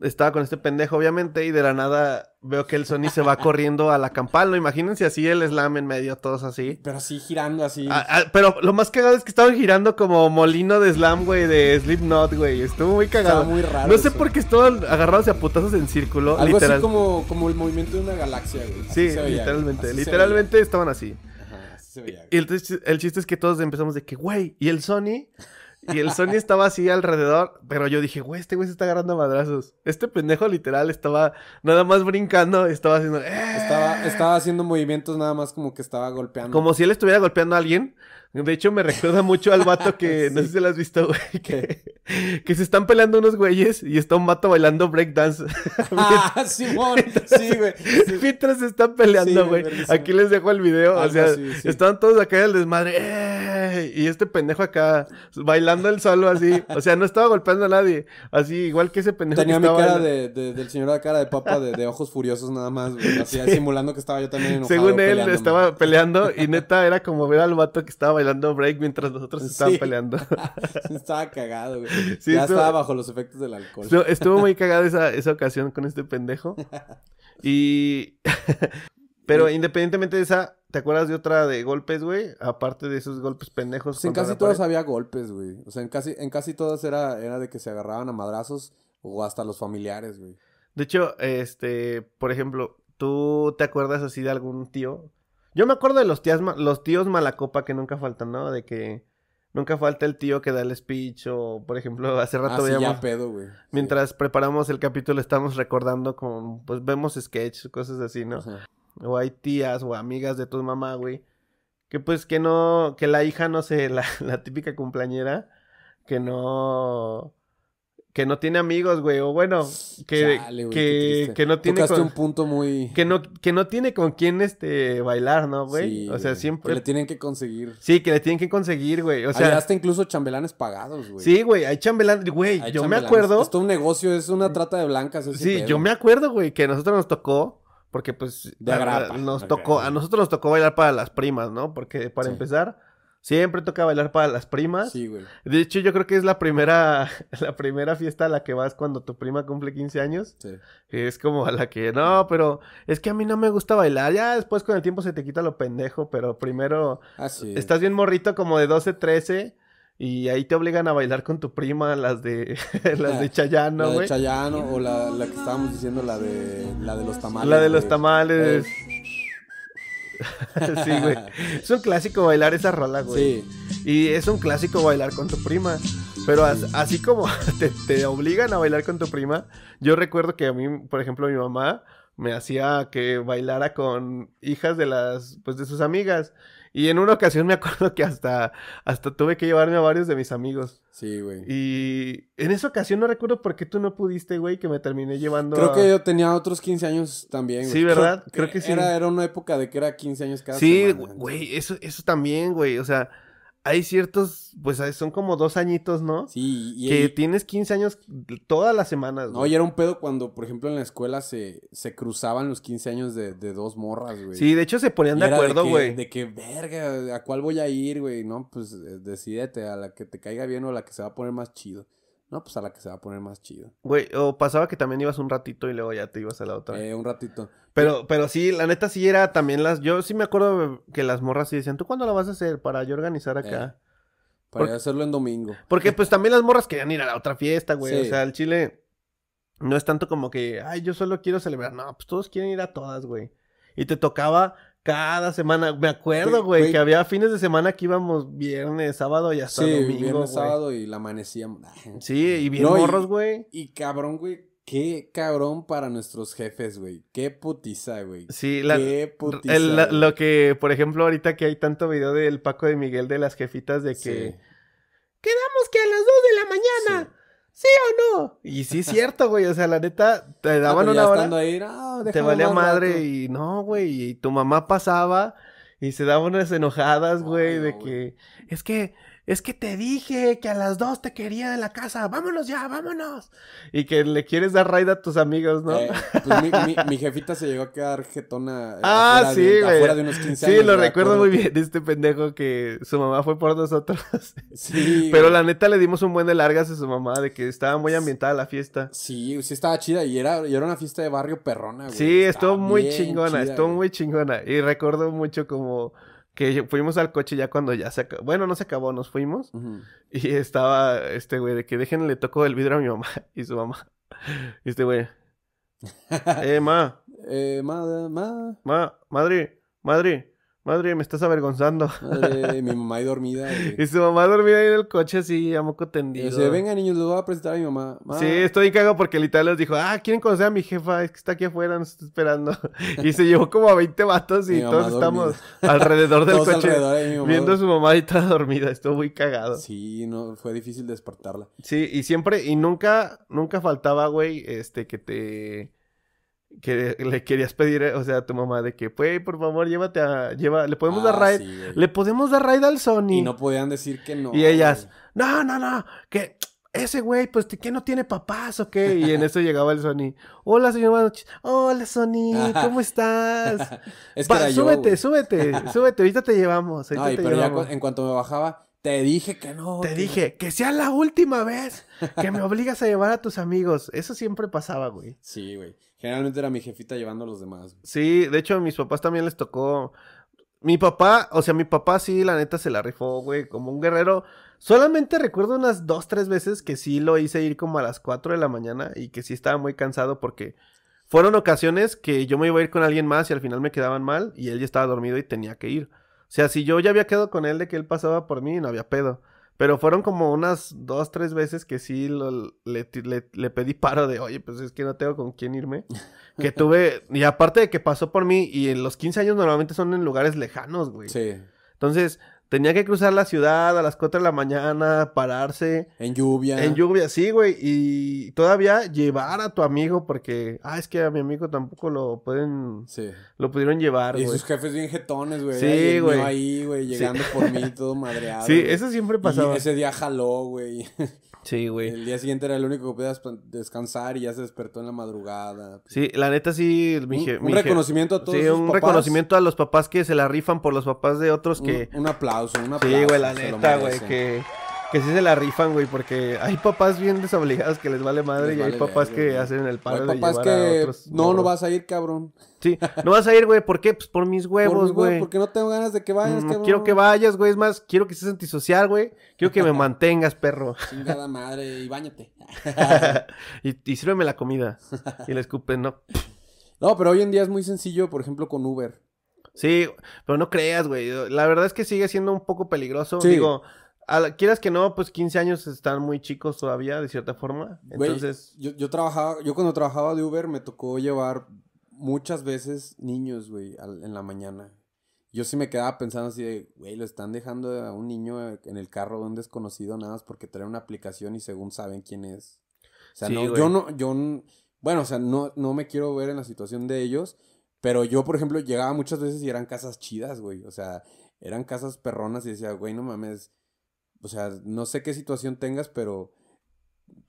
Speaker 1: estaba con este pendejo, obviamente, y de la nada veo que el Sony se va corriendo a la campal, ¿no? Imagínense así el slam en medio, todos así.
Speaker 2: Pero así girando así.
Speaker 1: Ah, ah, pero lo más cagado es que estaban girando como molino de slam, güey, de Slipknot, güey. Estuvo muy cagado.
Speaker 2: Estaba muy raro
Speaker 1: No sé
Speaker 2: eso.
Speaker 1: por qué estaban agarrados a putazos en círculo,
Speaker 2: algo
Speaker 1: literal.
Speaker 2: así como, como el movimiento de una galaxia, güey. Así
Speaker 1: Sí,
Speaker 2: se veía, güey.
Speaker 1: literalmente.
Speaker 2: Así se
Speaker 1: literalmente estaban así.
Speaker 2: veía. Ajá, así se veía, güey.
Speaker 1: Y el, chis- el chiste es que todos empezamos de que, güey, y el Sony. Y el Sony estaba así alrededor, pero yo dije, güey, este güey se está agarrando a madrazos. Este pendejo literal estaba nada más brincando, estaba haciendo, "Eh".
Speaker 2: Estaba, estaba haciendo movimientos nada más como que estaba golpeando.
Speaker 1: como si él estuviera golpeando a alguien. De hecho, me recuerda mucho al vato que, no sé si lo has visto, güey, que, que se están peleando unos güeyes y está un vato bailando breakdance.
Speaker 2: ¡Ah, Simón! Sí, güey. Sí.
Speaker 1: Mientras se están peleando,
Speaker 2: Sí,
Speaker 1: güey.
Speaker 2: verguísima.
Speaker 1: Aquí les dejo el video. o
Speaker 2: Algo
Speaker 1: sea,
Speaker 2: así, sí.
Speaker 1: estaban todos acá en el desmadre. ¡eh! Y este pendejo acá bailando el solo así. O sea, no estaba golpeando a nadie. Así, igual que ese pendejo.
Speaker 2: Tenía
Speaker 1: que
Speaker 2: mi
Speaker 1: estaba
Speaker 2: cara
Speaker 1: bailando.
Speaker 2: de, de- del señor de cara de papa de, de ojos furiosos nada más, güey. Así, simulando que estaba yo también enojado.
Speaker 1: Según él,
Speaker 2: peleándome.
Speaker 1: estaba peleando y neta era como ver al vato que estaba bailando break mientras nosotros estaban
Speaker 2: Sí.
Speaker 1: peleando.
Speaker 2: Estaba cagado, güey.
Speaker 1: Sí,
Speaker 2: ya
Speaker 1: estuvo-
Speaker 2: estaba bajo los efectos del alcohol.
Speaker 1: Estuvo, estuvo muy cagada esa, esa ocasión con este pendejo. Y. Pero independientemente de esa, ¿te acuerdas de otra de golpes, güey? Aparte de esos golpes pendejos.
Speaker 2: Pues en
Speaker 1: contra
Speaker 2: casi
Speaker 1: la pared.
Speaker 2: todas había golpes, güey. O sea, en casi, en casi todas era, era de que se agarraban a madrazos o hasta los familiares, güey.
Speaker 1: De hecho, este, por ejemplo, ¿tú te acuerdas así de algún tío? Yo me acuerdo de los tías, ma- los tíos malacopa que nunca faltan, ¿no? De que nunca falta el tío que da el speech o, por ejemplo, hace rato
Speaker 2: Así
Speaker 1: veíamos,
Speaker 2: ya pedo, güey. Ah, Sí.
Speaker 1: mientras preparamos el capítulo estamos recordando con, pues vemos sketch, cosas así, ¿no?
Speaker 2: Ajá.
Speaker 1: O hay tías o amigas de tu mamá, güey, que pues que no, que la hija, no sé, la, la típica cumpleañera, que no... Que no tiene amigos, güey. O bueno, que,
Speaker 2: Chale, güey, qué
Speaker 1: que,
Speaker 2: triste.
Speaker 1: que no tiene...
Speaker 2: Tocaste
Speaker 1: con-
Speaker 2: un punto muy...
Speaker 1: que no, que no tiene con quién este bailar, ¿no, güey?
Speaker 2: Sí,
Speaker 1: o sea,
Speaker 2: güey.
Speaker 1: siempre.
Speaker 2: Que le tienen que conseguir.
Speaker 1: Sí, que le tienen que conseguir, güey. O
Speaker 2: O sea,
Speaker 1: sea,
Speaker 2: hasta incluso chambelanes pagados, güey.
Speaker 1: sí, güey, hay chambelán, güey,
Speaker 2: Hay
Speaker 1: yo me
Speaker 2: chambelanes.
Speaker 1: acuerdo.
Speaker 2: Es todo un negocio, es una trata de blancas. ese
Speaker 1: Sí,
Speaker 2: pedo.
Speaker 1: yo me acuerdo, güey, que a nosotros nos tocó, porque pues
Speaker 2: De
Speaker 1: a-
Speaker 2: agrapa,
Speaker 1: nos
Speaker 2: de
Speaker 1: tocó,
Speaker 2: agrapa.
Speaker 1: a nosotros nos tocó bailar para las primas, ¿no? Porque para
Speaker 2: Sí.
Speaker 1: empezar, siempre toca bailar para las primas.
Speaker 2: Sí, güey.
Speaker 1: De hecho, yo creo que es la primera, la primera fiesta a la que vas cuando tu prima cumple 15 años.
Speaker 2: Sí.
Speaker 1: Es como a la que, no, pero es que a mí no me gusta bailar. Ya después con el tiempo se te quita lo pendejo, pero primero
Speaker 2: Ah, sí.
Speaker 1: estás bien morrito como de 12, 13 Y ahí te obligan a bailar con tu prima, las de, las de
Speaker 2: Ah, La
Speaker 1: Chayano,
Speaker 2: de
Speaker 1: güey.
Speaker 2: Chayano o la, la que estábamos diciendo, la de, la de los tamales.
Speaker 1: La de los
Speaker 2: güey.
Speaker 1: tamales.
Speaker 2: Eh,
Speaker 1: sí, güey. Es un clásico bailar esa rola, güey.
Speaker 2: sí.
Speaker 1: Y es un clásico bailar con tu prima. Pero as- así como te, te obligan a bailar con tu prima, yo recuerdo que a mí, por ejemplo, mi mamá me hacía que bailara con hijas de las, pues, de sus amigas. Y en una ocasión me acuerdo que hasta, hasta tuve que llevarme a varios de mis amigos.
Speaker 2: Sí, güey.
Speaker 1: Y en esa ocasión no recuerdo por qué tú no pudiste, güey, que me terminé llevando
Speaker 2: Creo
Speaker 1: a-
Speaker 2: que yo tenía otros 15 años también, güey.
Speaker 1: Sí, ¿verdad? Creo que sí.
Speaker 2: Era, era una época de que era 15 años cada
Speaker 1: Sí, gü-
Speaker 2: semana, entonces.
Speaker 1: güey, eso, eso también, güey. O sea, hay ciertos, pues ah, son como dos añitos, ¿no?
Speaker 2: Sí, y,
Speaker 1: que
Speaker 2: y-
Speaker 1: tienes 15 años todas las semanas,
Speaker 2: no,
Speaker 1: güey.
Speaker 2: y era un pedo cuando, por ejemplo, en la escuela se, se cruzaban los 15 años de, de dos morras, güey.
Speaker 1: sí, de hecho se ponían
Speaker 2: Y
Speaker 1: de
Speaker 2: era
Speaker 1: acuerdo,
Speaker 2: que-
Speaker 1: güey.
Speaker 2: De que, verga, ¿a cuál voy a ir, güey? No, pues eh, decídete, a la que te caiga bien o a la que se va a poner más chido. No, pues a la que se va a poner más chido.
Speaker 1: Güey, o pasaba que también ibas un ratito y luego ya te ibas a la otra.
Speaker 2: Eh, un ratito.
Speaker 1: pero, pero sí, la neta sí era también las. Yo sí me acuerdo que las morras sí decían, ¿tú cuándo la vas a hacer? Para yo organizar
Speaker 2: Eh.
Speaker 1: acá.
Speaker 2: Para
Speaker 1: Porque-
Speaker 2: hacerlo en domingo.
Speaker 1: Porque pues también las morras querían ir a la otra fiesta, güey. O
Speaker 2: Sí.
Speaker 1: sea, el chile no es tanto como que, ay, yo solo quiero celebrar. No, pues todos quieren ir a todas, güey. Y te tocaba cada semana. Me acuerdo,
Speaker 2: Güey,
Speaker 1: güey,
Speaker 2: güey.
Speaker 1: que había fines de semana que íbamos viernes, sábado y hasta
Speaker 2: Sí,
Speaker 1: domingo,
Speaker 2: viernes,
Speaker 1: güey.
Speaker 2: sábado y la amanecíamos.
Speaker 1: Sí, y bien
Speaker 2: No, y-
Speaker 1: morros, güey.
Speaker 2: Y cabrón, güey. Qué cabrón para nuestros jefes, güey. Qué putiza, güey.
Speaker 1: Sí, la-
Speaker 2: Qué putiza.
Speaker 1: el- la-
Speaker 2: güey.
Speaker 1: lo que, por ejemplo, ahorita que hay tanto video del Paco de Miguel de las jefitas de que...
Speaker 2: Sí, Ah,
Speaker 1: Quedamos que a las 2 de la mañana.
Speaker 2: sí.
Speaker 1: ¿Sí o no? Y sí es cierto, güey. O sea, la neta, te
Speaker 2: No,
Speaker 1: daban
Speaker 2: pero
Speaker 1: una
Speaker 2: Ah, ya
Speaker 1: hora.
Speaker 2: estando ahí, no,
Speaker 1: te
Speaker 2: déjame
Speaker 1: valía
Speaker 2: más
Speaker 1: madre
Speaker 2: rato.
Speaker 1: y no, güey, y tu mamá pasaba y se daba unas enojadas,
Speaker 2: Ay,
Speaker 1: güey, de
Speaker 2: no,
Speaker 1: que es que es que te dije que a las dos te quería en la casa, vámonos ya, vámonos. Y que le quieres dar raid a tus amigos, ¿no?
Speaker 2: Eh, pues mi, mi- mi jefita se llegó a quedar jetona. eh,
Speaker 1: Ah,
Speaker 2: afuera
Speaker 1: sí,
Speaker 2: de-
Speaker 1: güey.
Speaker 2: afuera de unos 15
Speaker 1: Sí,
Speaker 2: años,
Speaker 1: lo
Speaker 2: me
Speaker 1: recuerdo
Speaker 2: acuerdo.
Speaker 1: muy bien, este pendejo que su mamá fue por nosotros.
Speaker 2: Sí,
Speaker 1: Pero
Speaker 2: güey.
Speaker 1: la neta le dimos un buen de largas a su mamá de que estaba muy ambientada la fiesta.
Speaker 2: Sí, sí estaba chida y era, y era una fiesta de barrio perrona, Ah, güey.
Speaker 1: Sí,
Speaker 2: Estaba
Speaker 1: estuvo muy
Speaker 2: bien
Speaker 1: chingona,
Speaker 2: chida,
Speaker 1: estuvo
Speaker 2: güey.
Speaker 1: muy chingona. Y recuerdo mucho como que fuimos al coche ya cuando ya se acabó. Bueno, no se acabó, nos fuimos.
Speaker 2: Ujú.
Speaker 1: Y estaba este güey de que déjenle le tocó el vidrio a mi mamá y su mamá. Y este güey. Eh, ma,
Speaker 2: Eh, madre, ma-
Speaker 1: ma, madre, madre, madre, me estás avergonzando.
Speaker 2: madre, mi mamá ahí dormida. güey.
Speaker 1: Y su mamá dormía ahí en el coche así, a moco
Speaker 2: Y
Speaker 1: tendido.
Speaker 2: dice, venga niños, les voy a presentar a mi mamá. Ma,
Speaker 1: Sí, estoy cago porque literal les dijo, ah, quieren conocer a mi jefa, es que está aquí afuera, nos está esperando. Y se llevó como a 20 vatos y
Speaker 2: Mi mamá
Speaker 1: todos estamos alrededor del
Speaker 2: todos
Speaker 1: coche
Speaker 2: alrededor de mi mamá.
Speaker 1: viendo a su mamá y toda dormida, estuvo muy cagado.
Speaker 2: Sí, no, fue difícil despertarla.
Speaker 1: Sí, y siempre, y nunca, nunca faltaba, güey, este, que te, que le querías pedir, eh, o sea, a tu mamá de que, güey, por favor, llévate a, lleva, le podemos dar
Speaker 2: Ah,
Speaker 1: raid,
Speaker 2: sí, güey.
Speaker 1: le podemos dar raid al Sony.
Speaker 2: Y no podían decir que no.
Speaker 1: Y ellas,
Speaker 2: güey.
Speaker 1: no, no, no, que ese güey, pues, que no tiene papás o qué. Y en eso llegaba el Sony. Hola, señor Manuch. Hola, Sony, ¿cómo estás?
Speaker 2: Es que
Speaker 1: Va,
Speaker 2: era yo,
Speaker 1: súbete,
Speaker 2: güey.
Speaker 1: súbete, súbete, ahorita te llevamos.
Speaker 2: No,
Speaker 1: Ahorita
Speaker 2: y
Speaker 1: te
Speaker 2: pero ya
Speaker 1: llevamos.
Speaker 2: cu- en cuanto me bajaba, te dije que no.
Speaker 1: Te
Speaker 2: que-
Speaker 1: dije que sea la última vez que me obligas a llevar a tus amigos. Eso siempre pasaba, güey.
Speaker 2: Sí, güey. Generalmente era mi jefita llevando a los demás. güey.
Speaker 1: Sí, de hecho, a mis papás también les tocó. Mi papá, o sea, mi papá sí, la neta se la rifó, güey, como un guerrero. Solamente recuerdo unas dos, tres veces que sí lo hice ir como a las 4 de la mañana y que sí estaba muy cansado porque fueron ocasiones que yo me iba a ir con alguien más y al final me quedaban mal y él ya estaba dormido y tenía que ir. O sea, si yo ya había quedado con él de que él pasaba por mí, no había pedo. Pero fueron como unas dos, tres veces que sí lo- le, le- le pedí paro de, oye, pues es que no tengo con quién irme. Que tuve, y aparte de que pasó por mí, y en los 15 años normalmente son en lugares lejanos, güey.
Speaker 2: Sí.
Speaker 1: Entonces, tenía que cruzar la ciudad a las 4 de la mañana, pararse.
Speaker 2: En lluvia.
Speaker 1: En lluvia, sí, güey. Y todavía llevar a tu amigo porque, ah, es que a mi amigo tampoco lo pueden,
Speaker 2: Sí.
Speaker 1: lo pudieron llevar,
Speaker 2: Y
Speaker 1: güey.
Speaker 2: sus jefes bien jetones, güey.
Speaker 1: Sí,
Speaker 2: Ahí el mío
Speaker 1: güey.
Speaker 2: ahí, güey, llegando por mí, todo madreado.
Speaker 1: Sí,
Speaker 2: güey.
Speaker 1: eso siempre
Speaker 2: Y
Speaker 1: pasaba.
Speaker 2: ese día jaló, güey.
Speaker 1: Sí, güey.
Speaker 2: El día siguiente era el único que podía desp- descansar y ya se despertó en la madrugada.
Speaker 1: Sí, la neta sí, mi
Speaker 2: Un-
Speaker 1: je-
Speaker 2: un
Speaker 1: mi je-
Speaker 2: reconocimiento a todos
Speaker 1: Sí,
Speaker 2: sus
Speaker 1: un
Speaker 2: papás.
Speaker 1: reconocimiento a los papás que se la rifan por los papás de otros
Speaker 2: Un-
Speaker 1: que...
Speaker 2: Un, aplauso, un aplauso.
Speaker 1: Sí, güey, la
Speaker 2: se lo
Speaker 1: neta, güey,
Speaker 2: merecen.
Speaker 1: que, que sí se la rifan, güey, porque hay papás bien desobligados que les vale madre
Speaker 2: Les
Speaker 1: y
Speaker 2: vale
Speaker 1: hay papás
Speaker 2: verga,
Speaker 1: que
Speaker 2: güey.
Speaker 1: hacen el
Speaker 2: Hay
Speaker 1: paro de
Speaker 2: papás
Speaker 1: llevar a
Speaker 2: que
Speaker 1: otros.
Speaker 2: no, no
Speaker 1: morros.
Speaker 2: vas a ir, cabrón.
Speaker 1: Sí, no vas a ir, güey, ¿por qué? Pues por mis
Speaker 2: Por
Speaker 1: huevos,
Speaker 2: mis huevos,
Speaker 1: güey.
Speaker 2: Porque no tengo ganas de que vayas,
Speaker 1: no
Speaker 2: cabrón.
Speaker 1: quiero que vayas, güey, es más, quiero que seas antisocial, güey. Quiero que me mantengas, perro.
Speaker 2: Chingada madre, y bañate.
Speaker 1: y, y sírveme la comida. Y le escupen, no.
Speaker 2: No, pero hoy en día es muy sencillo, por ejemplo, con Uber.
Speaker 1: Sí, pero no creas, güey. La verdad es que sigue siendo un poco peligroso.
Speaker 2: Sí.
Speaker 1: Digo, a la- quieras que no, pues 15 años están muy chicos todavía, de cierta forma.
Speaker 2: Güey,
Speaker 1: Entonces,
Speaker 2: yo, yo trabajaba, yo cuando trabajaba de Uber me tocó llevar muchas veces niños, güey, al- en la mañana. Yo sí me quedaba pensando así de, güey, lo están dejando a un niño en el carro de un desconocido nada más porque trae una aplicación y según saben quién es. O sea,
Speaker 1: Sí,
Speaker 2: no,
Speaker 1: güey.
Speaker 2: yo no, yo, n- bueno, o sea, no, no me quiero ver en la situación de ellos, pero yo, por ejemplo, llegaba muchas veces y eran casas chidas, güey. O sea, eran casas perronas y decía, güey, no mames. O sea, no sé qué situación tengas, pero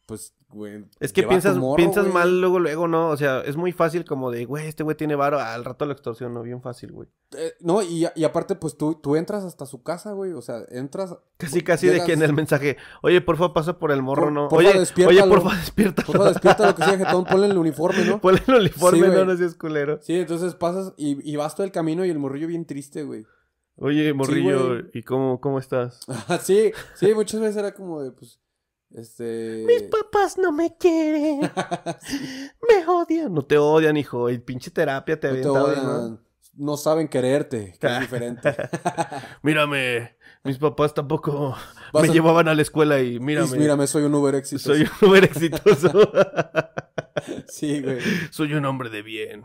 Speaker 2: pues, güey.
Speaker 1: es que
Speaker 2: lleva a tu
Speaker 1: piensas,
Speaker 2: morro,
Speaker 1: piensas
Speaker 2: güey.
Speaker 1: mal luego, luego, ¿no? O sea, es muy fácil como de, güey, este güey tiene varo, al rato lo extorsiono, bien fácil, güey.
Speaker 2: Eh, no, y, y aparte, pues tú, tú entras hasta su casa, güey. O sea, entras.
Speaker 1: Casi, casi
Speaker 2: llegas-
Speaker 1: de que en el mensaje, oye, porfa, pasa por el morro,
Speaker 2: Por-
Speaker 1: ¿no?
Speaker 2: porfa,
Speaker 1: oye, oye,
Speaker 2: despiértalo.
Speaker 1: porfa, despierta.
Speaker 2: Porfa, despierta lo que sea, jetón, ponle el uniforme, ¿no?
Speaker 1: Ponle el uniforme,
Speaker 2: Sí,
Speaker 1: no,
Speaker 2: güey.
Speaker 1: no seas culero.
Speaker 2: Sí, entonces pasas y, y vas todo el camino y el morrillo bien triste, güey.
Speaker 1: Oye, morrillo,
Speaker 2: güey.
Speaker 1: ¿y cómo, cómo estás?
Speaker 2: sí, sí, muchas veces era como de, pues, este...
Speaker 1: papás no me quieren. Me odian. No te odian, hijo. Y pinche terapia te
Speaker 2: no, te
Speaker 1: aventaban,
Speaker 2: odian,
Speaker 1: ¿no?
Speaker 2: no saben quererte, que es diferente.
Speaker 1: Mírame. Mis papás tampoco
Speaker 2: Vas
Speaker 1: me
Speaker 2: a-
Speaker 1: llevaban a la escuela y mírame.
Speaker 2: Mírame. Mírame, soy un Uber exitoso.
Speaker 1: soy un hombre exitoso.
Speaker 2: Sí, güey.
Speaker 1: soy un hombre de bien.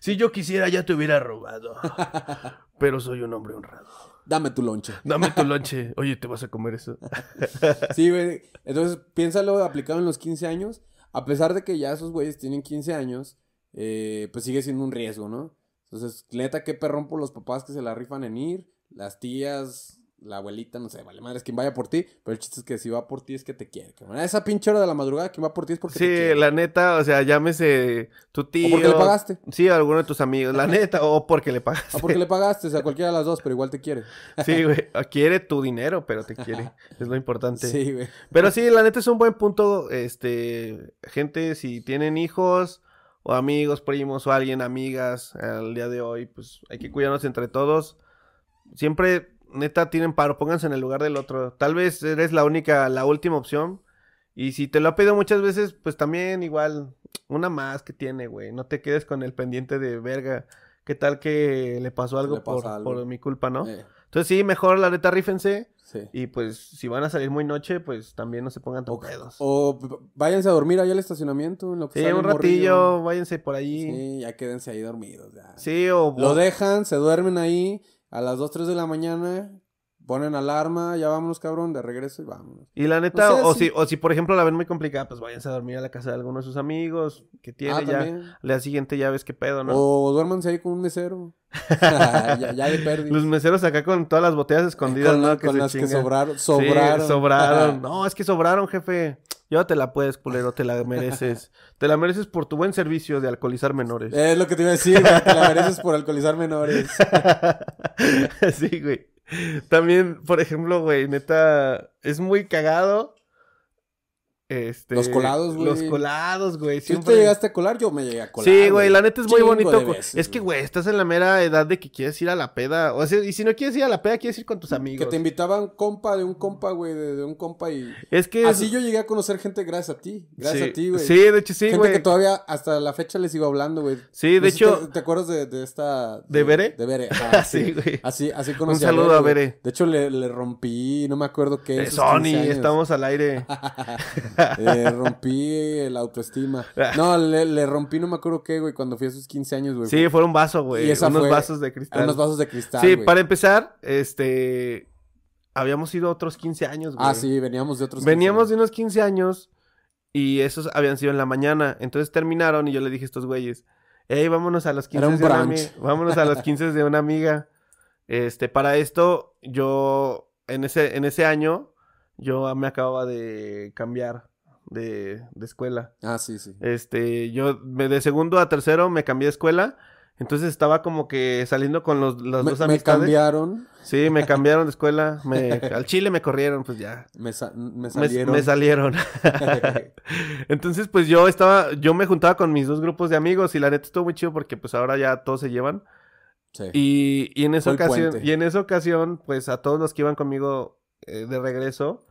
Speaker 1: Si yo quisiera ya te hubiera robado. Pero soy un hombre honrado.
Speaker 2: Dame tu lonche.
Speaker 1: Dame tu lonche. Oye, ¿te vas a comer eso?
Speaker 2: Sí, güey. Entonces, piénsalo aplicado en los 15 años. A pesar de que ya esos güeyes tienen 15 años, eh, pues sigue siendo un riesgo, ¿no? Entonces, neta, qué perrón por los papás que se la rifan en ir, las tías, la abuelita, no sé, vale madre, es quien vaya por ti, pero el chiste es que si va por ti es que te quiere, cabrón. A esa pinche hora de la madrugada, quien va por ti es porque te
Speaker 1: Sí,
Speaker 2: quiere.
Speaker 1: la neta, o sea, llámese tu tío.
Speaker 2: O porque le pagaste.
Speaker 1: Sí, a alguno de tus amigos. La neta, o porque le pagaste.
Speaker 2: O porque le pagaste, o sea, cualquiera de las dos, pero igual te quiere.
Speaker 1: Sí, güey. Quiere tu dinero, pero te quiere. Es lo importante.
Speaker 2: Sí, güey.
Speaker 1: Pero sí, la neta es un buen punto. Este, gente, si tienen hijos o amigos, primos o alguien, amigas, al día de hoy, pues hay que cuidarnos entre todos. Siempre, neta, tienen paro. Pónganse en el lugar del otro. Tal vez eres la única, la última opción. Y si te lo ha pedido muchas veces, pues también igual, una más que tiene, güey. No te quedes con el pendiente de verga. ¿Qué tal que le pasó algo,
Speaker 2: Le pasa
Speaker 1: por,
Speaker 2: algo.
Speaker 1: por mi culpa, no?
Speaker 2: Eh,
Speaker 1: Entonces sí, mejor la neta rífense.
Speaker 2: sí.
Speaker 1: Y pues si van a salir muy noche, pues también no se pongan tan
Speaker 2: O,
Speaker 1: pedos.
Speaker 2: o v- váyanse a dormir allá al estacionamiento, en lo que
Speaker 1: sí,
Speaker 2: sale
Speaker 1: un
Speaker 2: el morrillo.
Speaker 1: ratillo, váyanse por allí.
Speaker 2: Sí, ya quédense ahí dormidos. Ya.
Speaker 1: Sí, o...
Speaker 2: Lo dejan, se duermen ahí a las 2, 3 de la mañana, ponen alarma, ya vámonos, cabrón, de regreso y vámonos.
Speaker 1: Y la neta,
Speaker 2: O sea,
Speaker 1: o,
Speaker 2: pues sí.
Speaker 1: si, o si por ejemplo la ven muy complicada, pues váyanse a dormir a la casa de alguno de sus amigos que tiene
Speaker 2: Ah,
Speaker 1: ya.
Speaker 2: también.
Speaker 1: Al día siguiente ya ves qué pedo, ¿no?
Speaker 2: O duérmanse ahí con un mesero. ya, ya de perdí.
Speaker 1: Los meseros acá con todas las botellas escondidas,
Speaker 2: con
Speaker 1: ¿no?
Speaker 2: la- con
Speaker 1: se
Speaker 2: las que
Speaker 1: chingan.
Speaker 2: sobraron.
Speaker 1: Sí,
Speaker 2: Sobraron.
Speaker 1: sobraron. No, es que sobraron, jefe. Yo te la puedes, culero, te la mereces. te la mereces por tu buen servicio de alcoholizar menores.
Speaker 2: Es lo que te iba a decir, güey, te la mereces por alcoholizar menores.
Speaker 1: sí, güey. También, por ejemplo, güey, neta, es muy cagado. Este,
Speaker 2: Los colados, güey.
Speaker 1: Los colados, güey.
Speaker 2: Si tú
Speaker 1: siempre-
Speaker 2: te llegaste a colar, yo me llegué a colar.
Speaker 1: sí, güey, la neta es muy
Speaker 2: Chingo
Speaker 1: bonito.
Speaker 2: de
Speaker 1: cu-
Speaker 2: veces,
Speaker 1: es que, güey, estás en la mera edad de que quieres ir a la peda. O sea, y si no quieres ir a la peda, quieres ir con tus
Speaker 2: Que
Speaker 1: amigos.
Speaker 2: te invitaba un compa de un compa, güey, de, de un compa y...
Speaker 1: Es que.
Speaker 2: Así yo llegué a conocer gente gracias a ti. Gracias
Speaker 1: sí,
Speaker 2: a ti, güey.
Speaker 1: Sí, de hecho, sí,
Speaker 2: Gente
Speaker 1: güey.
Speaker 2: que todavía hasta la fecha les sigo hablando, güey.
Speaker 1: Sí, de
Speaker 2: No sé si
Speaker 1: hecho-
Speaker 2: ¿Te, te acuerdas de, de esta.
Speaker 1: ¿De Bere? Ah,
Speaker 2: De Bere. ajá,
Speaker 1: Sí, güey.
Speaker 2: Así, así conocí
Speaker 1: Un saludo a
Speaker 2: güey.
Speaker 1: Bere.
Speaker 2: De hecho, le, le rompí, no me acuerdo qué.
Speaker 1: Eh,
Speaker 2: esos 15
Speaker 1: Sony,
Speaker 2: años.
Speaker 1: estamos al aire.
Speaker 2: Eh, rompí la autoestima. No, le, le rompí, no me acuerdo qué, güey, cuando fui a sus 15 años, güey.
Speaker 1: Sí, fue un vaso, güey.
Speaker 2: Y esa
Speaker 1: Unos
Speaker 2: fue-
Speaker 1: vasos de cristal.
Speaker 2: Unos vasos de cristal.
Speaker 1: Sí,
Speaker 2: güey.
Speaker 1: para empezar, este. Habíamos ido a otros 15 años, güey.
Speaker 2: Ah, sí, veníamos de otros. 15
Speaker 1: Veníamos de
Speaker 2: años.
Speaker 1: unos 15 años y esos habían sido en la mañana. Entonces terminaron y yo le dije a estos güeyes, hey, vámonos a los 15
Speaker 2: Era un
Speaker 1: de una
Speaker 2: brunch.
Speaker 1: ami- Vámonos a los 15 de una amiga. Este, para esto, yo en ese, en ese año, yo me acababa de cambiar de, de escuela.
Speaker 2: Ah, sí, sí.
Speaker 1: Este, yo me- de segundo a tercero me cambié de escuela Entonces estaba como que saliendo con los, las
Speaker 2: Me,
Speaker 1: dos
Speaker 2: me
Speaker 1: amistades.
Speaker 2: cambiaron,
Speaker 1: Sí, me cambiaron de escuela. me- al Chile me corrieron, pues ya.
Speaker 2: me, sa- me
Speaker 1: Me-
Speaker 2: salieron.
Speaker 1: Me salieron. Entonces, pues yo estaba, yo me juntaba con mis dos grupos de amigos y la neta estuvo muy chido porque pues ahora ya todos se llevan.
Speaker 2: Sí.
Speaker 1: Y, y en esa
Speaker 2: Fue el
Speaker 1: ocasión,
Speaker 2: puente.
Speaker 1: y en esa ocasión, pues a todos los que iban conmigo eh, de regreso,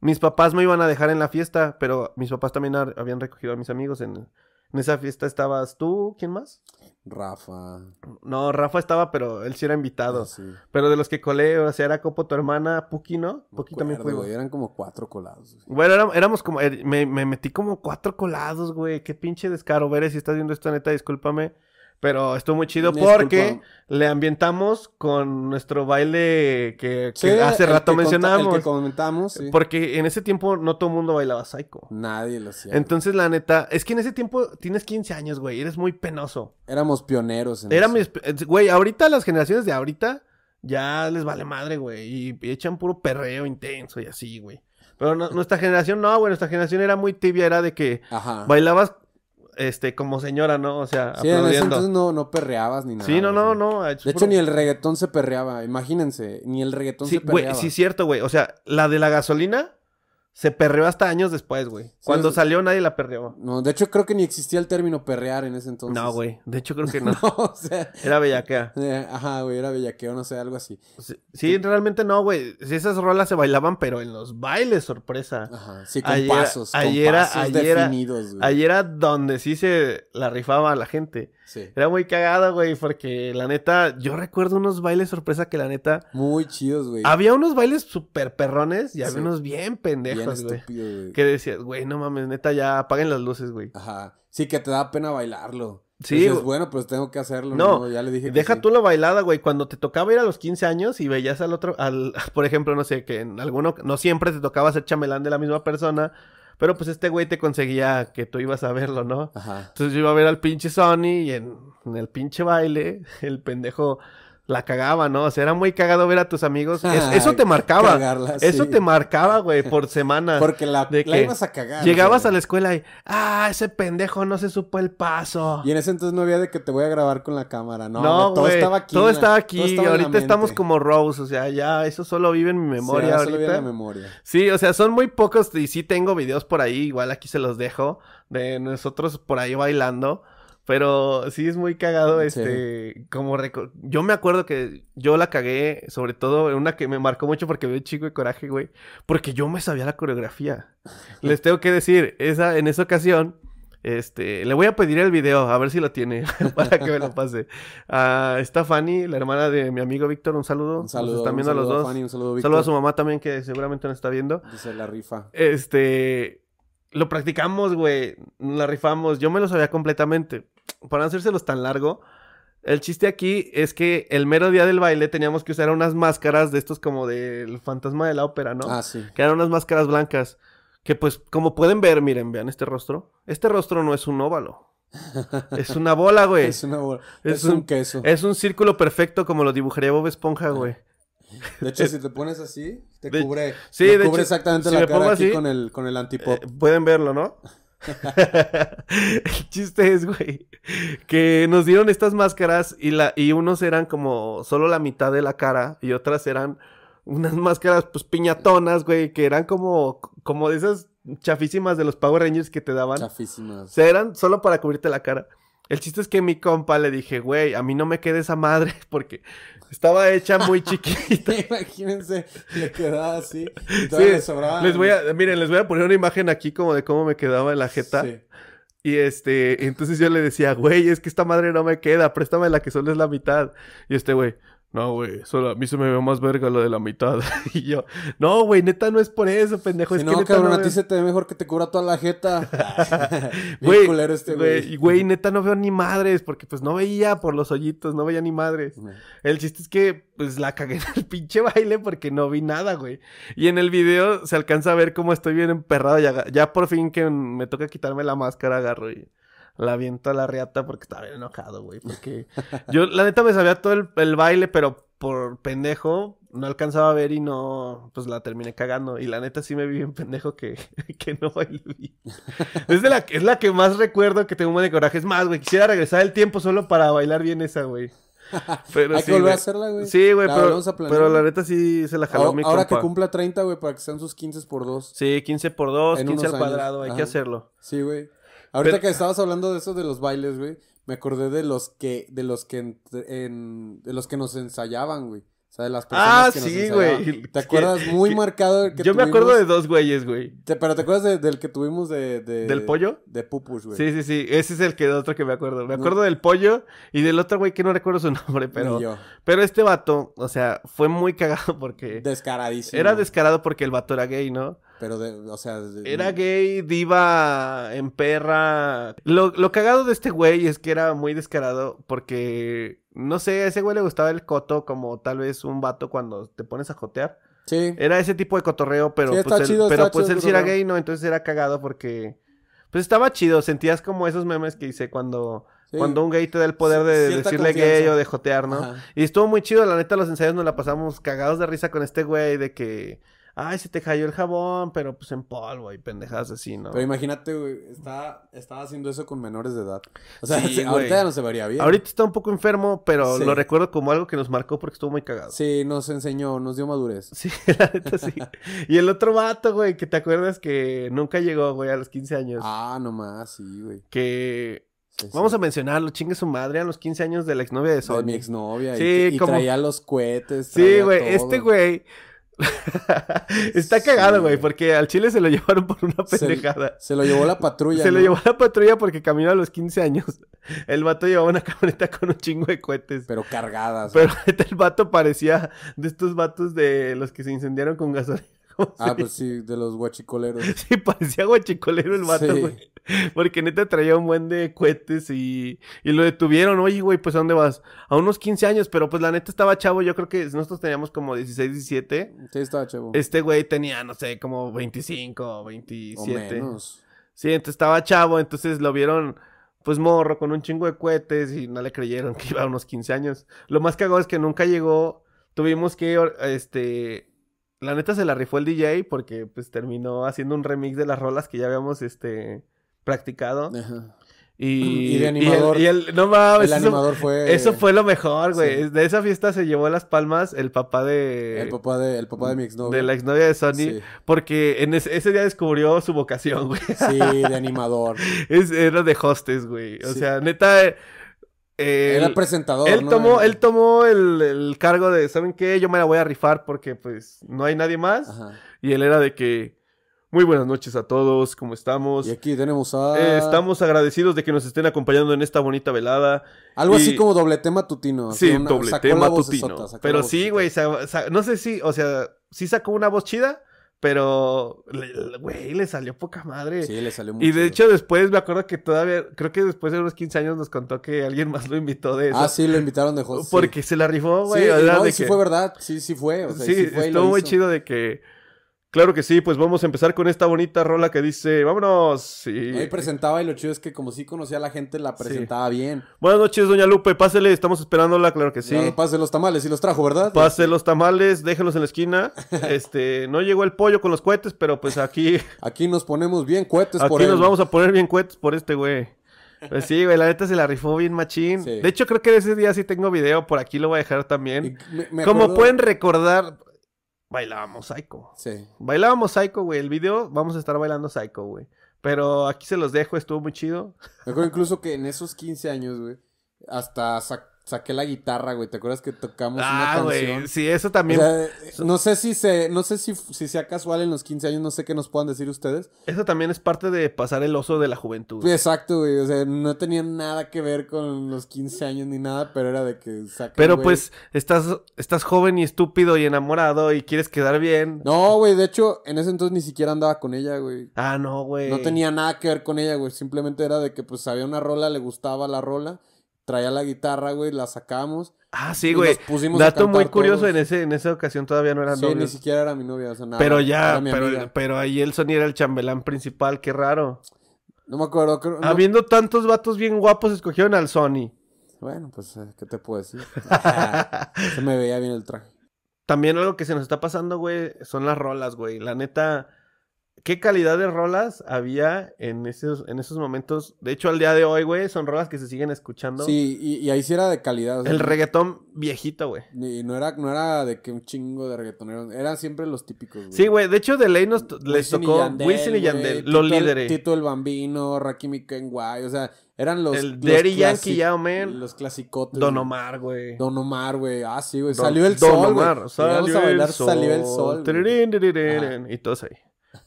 Speaker 1: mis papás me iban a dejar en la fiesta, pero mis papás también ar- habían recogido a mis amigos en, en esa fiesta estabas tú, ¿quién más?
Speaker 2: Rafa.
Speaker 1: No, Rafa estaba, pero él sí era invitado.
Speaker 2: Sí.
Speaker 1: Pero de los que colé, o sea, era Copo, tu hermana, Puki, ¿no?
Speaker 2: Me
Speaker 1: Puki también
Speaker 2: acuerdo,
Speaker 1: fue.
Speaker 2: güey, Eran como cuatro colados. güey.
Speaker 1: Bueno, éram- éramos como. er- Me, me metí como cuatro colados, güey. Qué pinche descaro. Veres, si estás viendo esto, neta, discúlpame. Pero estuvo muy chido
Speaker 2: Disculpa.
Speaker 1: porque le ambientamos con nuestro baile que, que
Speaker 2: Sí,
Speaker 1: hace
Speaker 2: el
Speaker 1: rato
Speaker 2: que conta-
Speaker 1: mencionamos.
Speaker 2: El que comentamos, sí.
Speaker 1: Porque en ese tiempo no todo el mundo bailaba psycho.
Speaker 2: Nadie lo hacía.
Speaker 1: Entonces, la neta, es que en ese tiempo tienes 15 años, güey. Eres muy penoso.
Speaker 2: Éramos pioneros. En
Speaker 1: Era
Speaker 2: eso.
Speaker 1: mis- Güey, ahorita las generaciones de ahorita ya les vale madre, güey. Y, y echan puro perreo intenso y así, güey. Pero no- nuestra generación, no, güey. Nuestra generación era muy tibia. Era de que
Speaker 2: Ajá.
Speaker 1: bailabas este, como señora, ¿no? O sea,
Speaker 2: Sí, en ese
Speaker 1: aplaudiendo.
Speaker 2: entonces no, no perreabas ni nada.
Speaker 1: sí, no,
Speaker 2: güey.
Speaker 1: no, ah, no.
Speaker 2: De hecho, ni el reggaetón se perreaba, imagínense. Ni el reggaetón
Speaker 1: Sí,
Speaker 2: se
Speaker 1: güey,
Speaker 2: perreaba.
Speaker 1: sí, cierto, güey. O sea, la de la gasolina se perreó hasta años después, güey. Cuando
Speaker 2: es-
Speaker 1: salió nadie la perreó.
Speaker 2: No, de hecho, creo que ni existía el término perrear en ese entonces.
Speaker 1: No, güey. De hecho, creo que no.
Speaker 2: o sea,
Speaker 1: Era bellaquea.
Speaker 2: eh, ajá, güey, era bellaqueo, no sé, algo así.
Speaker 1: Sí, sí, realmente no, güey. Sí, esas rolas se bailaban, pero en los bailes, sorpresa.
Speaker 2: Ajá, sí, con
Speaker 1: Ayer-
Speaker 2: pasos, con
Speaker 1: ayer-
Speaker 2: pasos
Speaker 1: ayer-
Speaker 2: definidos, güey.
Speaker 1: Ahí era donde sí se la rifaba a la gente.
Speaker 2: Sí.
Speaker 1: Era muy cagada, güey, porque la neta, yo recuerdo unos bailes sorpresa que la neta.
Speaker 2: Muy chidos, güey.
Speaker 1: Había unos bailes super perrones y había
Speaker 2: Sí.
Speaker 1: unos bien
Speaker 2: Bien
Speaker 1: pendejos, güey.
Speaker 2: estúpido, güey.
Speaker 1: Que decías, güey, no mames, neta, ya apaguen las luces, güey.
Speaker 2: Ajá. Sí, que te da pena bailarlo.
Speaker 1: Sí,
Speaker 2: Dices,
Speaker 1: güey.
Speaker 2: bueno, pues tengo que hacerlo.
Speaker 1: No,
Speaker 2: No, ya le dije que
Speaker 1: Deja
Speaker 2: sí.
Speaker 1: tú la bailada, güey. Cuando te tocaba ir a los 15 años y veías al otro, al, por ejemplo, no sé, que en alguno, no siempre te tocaba ser chamelán de la misma persona, pero pues este güey te conseguía que tú ibas a verlo, ¿no?
Speaker 2: Ajá.
Speaker 1: Entonces yo iba a ver al pinche Sony y en, en el pinche baile, el pendejo la cagaba, ¿no? O sea, era muy cagado ver a tus amigos. Es- eso te marcaba.
Speaker 2: Cagarla,
Speaker 1: eso
Speaker 2: sí.
Speaker 1: te marcaba, güey, por semana.
Speaker 2: Porque la,
Speaker 1: de
Speaker 2: la
Speaker 1: que
Speaker 2: ibas a cagar.
Speaker 1: Llegabas a
Speaker 2: güey.
Speaker 1: la escuela y, ah, ese pendejo no se supo el paso.
Speaker 2: Y en ese entonces no había de que te voy a grabar con la cámara, ¿no?
Speaker 1: No,
Speaker 2: güey,
Speaker 1: güey. Todo estaba aquí. Todo
Speaker 2: en la-
Speaker 1: estaba aquí.
Speaker 2: todo estaba en la
Speaker 1: ahorita estamos
Speaker 2: mente.
Speaker 1: como Rose. O sea, ya eso solo vive en mi
Speaker 2: Sí,
Speaker 1: memoria
Speaker 2: ahora solo viene
Speaker 1: ahorita.
Speaker 2: la memoria.
Speaker 1: sí, o sea, son muy pocos. Y sí tengo videos por ahí. Igual aquí se los dejo. De nosotros por ahí bailando. Pero sí es muy cagado,
Speaker 2: Sí.
Speaker 1: este, como reco- yo me acuerdo que yo la cagué, sobre todo en una que me marcó mucho porque vi un chico de coraje, güey, porque yo me sabía la coreografía. Les tengo que decir, esa, en esa ocasión, este, le voy a pedir el video, a ver si lo tiene, para que me lo pase. Ah, está Fanny, la hermana de mi amigo Víctor, un saludo.
Speaker 2: Un saludo.
Speaker 1: Nos están
Speaker 2: un
Speaker 1: viendo
Speaker 2: saludo
Speaker 1: los dos.
Speaker 2: Fanny, un saludo,
Speaker 1: Un
Speaker 2: Víctor.
Speaker 1: saludo a su mamá también, que seguramente nos está viendo.
Speaker 2: Dice la rifa.
Speaker 1: Este. Lo practicamos, güey. La rifamos. Yo me lo sabía completamente. Para no hacérselos tan largo. El chiste aquí es que el mero día del baile teníamos que usar unas máscaras de estos como del fantasma de la ópera, ¿no?
Speaker 2: Ah, sí.
Speaker 1: Que eran unas máscaras blancas. Que pues, como pueden ver, miren, vean este rostro. Este rostro no es un óvalo. Es una bola, güey.
Speaker 2: Es, una bola-
Speaker 1: es
Speaker 2: es, un, Ah.
Speaker 1: un-
Speaker 2: queso.
Speaker 1: Es un círculo perfecto como lo dibujaría Bob Esponja, güey.
Speaker 2: De hecho, si te pones así, te
Speaker 1: De-
Speaker 2: cubre,
Speaker 1: sí,
Speaker 2: te
Speaker 1: de
Speaker 2: cubre
Speaker 1: hecho,
Speaker 2: exactamente
Speaker 1: si me
Speaker 2: la cara
Speaker 1: pongo
Speaker 2: aquí
Speaker 1: así,
Speaker 2: con el, con el antipop.
Speaker 1: Eh, Pueden verlo, ¿no? el chiste es, güey, que nos dieron estas máscaras y, la, y unos eran como solo la mitad de la cara y otras eran unas máscaras, pues, piñatonas, güey, que eran como, como de esas chafísimas de los Power Rangers que te daban. O
Speaker 2: Chafísimas.
Speaker 1: sea, eran solo para cubrirte la cara. El chiste es que mi compa le dije, güey, a mí no me quede esa madre porque estaba hecha muy chiquita.
Speaker 2: Imagínense, le quedaba así. y
Speaker 1: Sí,
Speaker 2: todavía le sobraba.
Speaker 1: les voy a, miren, les voy a poner una imagen aquí como de cómo me quedaba en la jeta.
Speaker 2: Sí.
Speaker 1: Y este, entonces yo le decía, güey, es que esta madre no me queda, préstame la que solo es la mitad. Y este güey, no, güey, solo a mí se me ve más verga lo de la mitad. y yo, no, güey, neta no es por eso, pendejo.
Speaker 2: Si
Speaker 1: es que
Speaker 2: no,
Speaker 1: neta
Speaker 2: cabrón,
Speaker 1: no
Speaker 2: a
Speaker 1: veo-
Speaker 2: ti se te ve mejor que te cubra toda la jeta. Bien
Speaker 1: Güey,
Speaker 2: culero este
Speaker 1: güey,
Speaker 2: güey.
Speaker 1: güey, neta no veo ni madres, porque pues no veía por los hoyitos, no veía ni madres. El chiste es que, pues, la cagué en el pinche baile porque no vi nada, güey. Y en el video se alcanza a ver cómo estoy bien emperrado. y aga- ya por fin que me toca quitarme la máscara, agarro y la aviento a la reata porque estaba bien enojado, güey. Porque yo, la neta, me sabía todo el, el baile, pero por pendejo no alcanzaba a ver y no, pues la terminé cagando. Y la neta sí me vi bien pendejo que, que no bailé bien. Es, de la, es la que más recuerdo que tengo un buen de coraje. Es más, güey, quisiera regresar el tiempo solo para bailar bien esa, güey. Pero
Speaker 2: Hay
Speaker 1: sí,
Speaker 2: que volver
Speaker 1: güey.
Speaker 2: a hacerla, güey.
Speaker 1: Sí, güey,
Speaker 2: La
Speaker 1: pero,
Speaker 2: volvemos a planear.
Speaker 1: pero la neta sí se la jaló
Speaker 2: Ahora,
Speaker 1: mi
Speaker 2: ahora que
Speaker 1: compa.
Speaker 2: cumpla 30, güey, para que sean sus 15 por 2.
Speaker 1: Sí, 15 por 2,
Speaker 2: En
Speaker 1: 15 al
Speaker 2: unos años.
Speaker 1: cuadrado, hay que
Speaker 2: Ajá.
Speaker 1: hacerlo.
Speaker 2: Sí, güey. Ahorita
Speaker 1: Pero-
Speaker 2: que estabas hablando de eso de los bailes, güey, me acordé de los que de los que en- en- de los que nos ensayaban, güey. O sea, de las personas
Speaker 1: Ah,
Speaker 2: que nos
Speaker 1: sí,
Speaker 2: ensayaban.
Speaker 1: güey.
Speaker 2: ¿Te acuerdas
Speaker 1: Que-
Speaker 2: muy
Speaker 1: que-
Speaker 2: marcado el que
Speaker 1: Yo me acuerdo
Speaker 2: tuvimos?
Speaker 1: de dos güeyes, güey.
Speaker 2: Te- pero te acuerdas de- del que tuvimos de, de-
Speaker 1: ¿Del pollo?
Speaker 2: De Pupus, Eh, güey.
Speaker 1: Sí, sí, sí. Ese es el que otro que me acuerdo. Me
Speaker 2: No.
Speaker 1: acuerdo del pollo y del otro güey que no recuerdo su nombre, pero.
Speaker 2: Ni yo.
Speaker 1: Pero este vato, o sea, fue muy cagado porque.
Speaker 2: Descaradísimo.
Speaker 1: eh, Era descarado porque el vato era gay, ¿no?
Speaker 2: Pero, de- o sea... de-
Speaker 1: Era gay, diva, en perra. Lo, lo cagado de este güey es que era muy descarado porque, no sé, a ese güey le gustaba el coto como tal vez un vato cuando te pones a jotear.
Speaker 2: Sí.
Speaker 1: Era ese tipo de cotorreo, pero
Speaker 2: Sí, está
Speaker 1: pues, él,
Speaker 2: chido,
Speaker 1: pero
Speaker 2: está
Speaker 1: pues
Speaker 2: chido
Speaker 1: él
Speaker 2: el
Speaker 1: sí era
Speaker 2: cotorreo.
Speaker 1: gay, ¿no? Entonces era cagado porque... Pues estaba chido, sentías como esos memes que hice cuando,
Speaker 2: Sí.
Speaker 1: cuando un gay te da el poder de
Speaker 2: Cierta
Speaker 1: decirle
Speaker 2: confianza.
Speaker 1: gay o de jotear, ¿no?
Speaker 2: Ajá.
Speaker 1: Y estuvo muy chido, la neta, los ensayos nos la pasamos cagados de risa con este güey de que... Ay, se te cayó el jabón, pero pues en polvo y pendejadas así, ¿no?
Speaker 2: Pero imagínate, güey, estaba, estaba haciendo eso con menores de edad. O sea,
Speaker 1: Sí,
Speaker 2: sí,
Speaker 1: güey.
Speaker 2: ahorita ya no se vería bien.
Speaker 1: Ahorita está un poco enfermo, pero
Speaker 2: Sí.
Speaker 1: lo recuerdo como algo que nos marcó porque estuvo muy cagado.
Speaker 2: Sí, nos enseñó, nos dio madurez.
Speaker 1: Sí, la neta sí. Y el otro vato, güey, que te acuerdas que nunca llegó, güey, a los 15 años.
Speaker 2: Ah, nomás, sí, güey.
Speaker 1: Que
Speaker 2: Sí, sí.
Speaker 1: Vamos a mencionarlo, chingue su madre a los 15 años de la exnovia de Sony.
Speaker 2: De mi exnovia. y-
Speaker 1: Sí,
Speaker 2: y,
Speaker 1: como-
Speaker 2: traía los cohetes.
Speaker 1: Sí,
Speaker 2: traía todo.
Speaker 1: güey, este güey está cagado,
Speaker 2: Sí,
Speaker 1: güey,
Speaker 2: güey.
Speaker 1: porque al chile se lo llevaron por una
Speaker 2: Se-
Speaker 1: pendejada.
Speaker 2: Se, lo llevó la
Speaker 1: Se,
Speaker 2: patrulla.
Speaker 1: lo
Speaker 2: ¿no?
Speaker 1: llevó a la patrulla porque caminó a los 15 años. El vato llevaba una camioneta con un chingo de cohetes.
Speaker 2: Pero cargadas.
Speaker 1: Pero el vato parecía de estos vatos de los que se incendiaron con gasolina. ¿Cómo
Speaker 2: Ah,
Speaker 1: se-
Speaker 2: pues sí, de los guachicoleros.
Speaker 1: Sí, parecía guachicolero el vato,
Speaker 2: Sí.
Speaker 1: güey. Porque neta traía un buen de cohetes y, y lo detuvieron. Oye, güey, pues ¿a dónde vas? A unos 15 años, pero pues la neta estaba chavo. Yo creo que nosotros teníamos como 16, 17.
Speaker 2: Sí, estaba chavo.
Speaker 1: Este güey tenía, no sé, como 25,
Speaker 2: o
Speaker 1: 27.
Speaker 2: menos.
Speaker 1: Sí, entonces estaba chavo. Entonces lo vieron, pues morro, con un chingo de cohetes y no le creyeron que iba a unos 15 años. Lo más cagado es que nunca llegó. Tuvimos que, or- este. La neta se la rifó el DJ porque pues terminó haciendo un remix de las rolas que ya habíamos este practicado.
Speaker 2: Ajá.
Speaker 1: Y,
Speaker 2: Y de
Speaker 1: el-
Speaker 2: animador.
Speaker 1: Y el, no mames,
Speaker 2: El
Speaker 1: eso,
Speaker 2: animador fue.
Speaker 1: eso fue lo mejor, güey.
Speaker 2: sí.
Speaker 1: De esa fiesta se llevó las palmas el papá de.
Speaker 2: El papá de, el papá de mi exnovia.
Speaker 1: de la exnovia de Sony.
Speaker 2: Sí.
Speaker 1: Porque en ese, ese día descubrió su vocación, güey.
Speaker 2: Sí, de animador.
Speaker 1: Es- era de hostes, güey. O
Speaker 2: Sí.
Speaker 1: sea, neta. eh, eh,
Speaker 2: Era presentador.
Speaker 1: él
Speaker 2: ¿no?
Speaker 1: tomó,
Speaker 2: Era-
Speaker 1: él tomó el, el cargo de, ¿saben qué? Yo me la voy a rifar porque pues no hay nadie más.
Speaker 2: Ajá.
Speaker 1: Y él era de que, muy buenas noches a todos, ¿cómo estamos?
Speaker 2: Y aquí tenemos a.
Speaker 1: Pues, Eh, estamos agradecidos de que nos estén acompañando en esta bonita velada.
Speaker 2: Algo
Speaker 1: y-
Speaker 2: así como doble tema tutino. así
Speaker 1: Sí,
Speaker 2: una-
Speaker 1: doble
Speaker 2: sacó la
Speaker 1: tema
Speaker 2: vocesota,
Speaker 1: tutino.
Speaker 2: sacó la
Speaker 1: Pero sí,
Speaker 2: vocesota.
Speaker 1: güey, sa- sa- no sé si, o sea, sí sacó una voz chida, pero, le- le- güey, le salió poca madre.
Speaker 2: Sí, le salió muy
Speaker 1: Y de
Speaker 2: chido.
Speaker 1: hecho después me acuerdo que todavía, creo que después de unos 15 años nos contó que alguien más lo invitó de eso.
Speaker 2: Ah, sí, lo invitaron de host. sí.
Speaker 1: Porque se la rifó,
Speaker 2: Sí,
Speaker 1: güey.
Speaker 2: y
Speaker 1: o sea,
Speaker 2: no, y
Speaker 1: de
Speaker 2: sí
Speaker 1: que-
Speaker 2: fue verdad. Sí, sí fue. O sea,
Speaker 1: sí,
Speaker 2: sí, fue y lo
Speaker 1: estuvo muy
Speaker 2: hizo.
Speaker 1: chido de que... Claro que sí, pues vamos a empezar con esta bonita rola que dice, vámonos. y-
Speaker 2: Ahí presentaba y lo chido es que como sí conocía a la gente, la presentaba bien.
Speaker 1: Buenas noches, doña Lupe, pásele, estamos esperándola, claro que sí.
Speaker 2: Sí. Pase los tamales y los trajo, ¿verdad?
Speaker 1: Pase los tamales, déjenlos en la esquina. Este, no llegó el pollo con los cohetes, pero pues aquí,
Speaker 2: Aquí nos ponemos bien cohetes por
Speaker 1: aquí
Speaker 2: él.
Speaker 1: nos vamos a poner bien cohetes por este güey. Pues sí, güey, la neta se la rifó bien machín.
Speaker 2: Sí.
Speaker 1: De hecho, creo que de ese día sí tengo video, por aquí lo voy a dejar
Speaker 2: Y
Speaker 1: también.
Speaker 2: me- me
Speaker 1: Como
Speaker 2: acuerdo-
Speaker 1: pueden recordar, bailábamos psycho.
Speaker 2: Sí.
Speaker 1: Bailábamos psycho, güey. El video vamos a estar bailando psycho, güey. Pero aquí se los dejo, estuvo muy chido.
Speaker 2: Me acuerdo incluso que en esos 15 años, güey, hasta sa- saqué la guitarra, güey. ¿Te acuerdas que tocamos
Speaker 1: Ah,
Speaker 2: una canción?
Speaker 1: güey. Sí, eso
Speaker 2: O
Speaker 1: también.
Speaker 2: sea, eh, no sé si se, no sé si, si sea casual en los 15 años, no sé qué nos puedan decir ustedes.
Speaker 1: Eso también es parte de pasar el oso de la juventud.
Speaker 2: Exacto, güey. O sea, no tenía nada que ver con los 15 años ni nada, pero era de que saca.
Speaker 1: Pero
Speaker 2: güey.
Speaker 1: pues estás, estás joven y estúpido y enamorado y quieres quedar bien.
Speaker 2: No, güey, de hecho, en ese entonces ni siquiera andaba con ella, güey.
Speaker 1: Ah, no, güey.
Speaker 2: No tenía nada que ver con ella, güey. Simplemente era de que pues había una rola, le gustaba la rola, traía la guitarra, güey, la sacamos.
Speaker 1: Ah, sí,
Speaker 2: Y
Speaker 1: güey.
Speaker 2: nos pusimos a
Speaker 1: Dato muy
Speaker 2: cantar
Speaker 1: curioso,
Speaker 2: todos.
Speaker 1: en, ese, en esa ocasión todavía no eran
Speaker 2: Sí, ni
Speaker 1: novios.
Speaker 2: siquiera era mi novia, o sea, nada.
Speaker 1: pero ya,
Speaker 2: era mi
Speaker 1: pero,
Speaker 2: amiga.
Speaker 1: pero ahí el Sony era el chambelán principal, qué raro.
Speaker 2: No me acuerdo, creo. no-
Speaker 1: Ah, Habiendo tantos vatos bien guapos, escogieron al Sony.
Speaker 2: Bueno, pues, eh, ¿qué te puedo decir? Se me veía bien el traje.
Speaker 1: También algo que se nos está pasando, güey, son las rolas, güey. La neta, qué calidad de rolas había en esos, en esos momentos. De hecho, al día de hoy, güey, son rolas que se siguen escuchando.
Speaker 2: Sí, y, y ahí sí era de calidad. o sea,
Speaker 1: El reggaetón viejito, güey.
Speaker 2: Y no era, no era de que un chingo de reggaetoneros. Eran siempre los típicos, güey.
Speaker 1: Sí, güey. De hecho, de ley nos t- les
Speaker 2: Wisin y
Speaker 1: tocó
Speaker 2: Yandel,
Speaker 1: Wilson y
Speaker 2: güey,
Speaker 1: Yandel,
Speaker 2: Tito
Speaker 1: los
Speaker 2: el-
Speaker 1: líderes.
Speaker 2: Tito el Bambino, Rakim y Kenway. O sea, eran los.
Speaker 1: El
Speaker 2: los
Speaker 1: Daddy Yankee,
Speaker 2: clasi-
Speaker 1: ya, man.
Speaker 2: Los clasicotes.
Speaker 1: Don
Speaker 2: güey.
Speaker 1: Omar, güey.
Speaker 2: Don Omar, güey. Ah, sí, güey.
Speaker 1: Don-
Speaker 2: Salió el
Speaker 1: Don
Speaker 2: sol.
Speaker 1: Omar,
Speaker 2: güey. Llegamos
Speaker 1: Salió
Speaker 2: a
Speaker 1: el
Speaker 2: bailar
Speaker 1: sol.
Speaker 2: Salió el sol. güey.
Speaker 1: Tirirín, tirirín, Y todos ahí.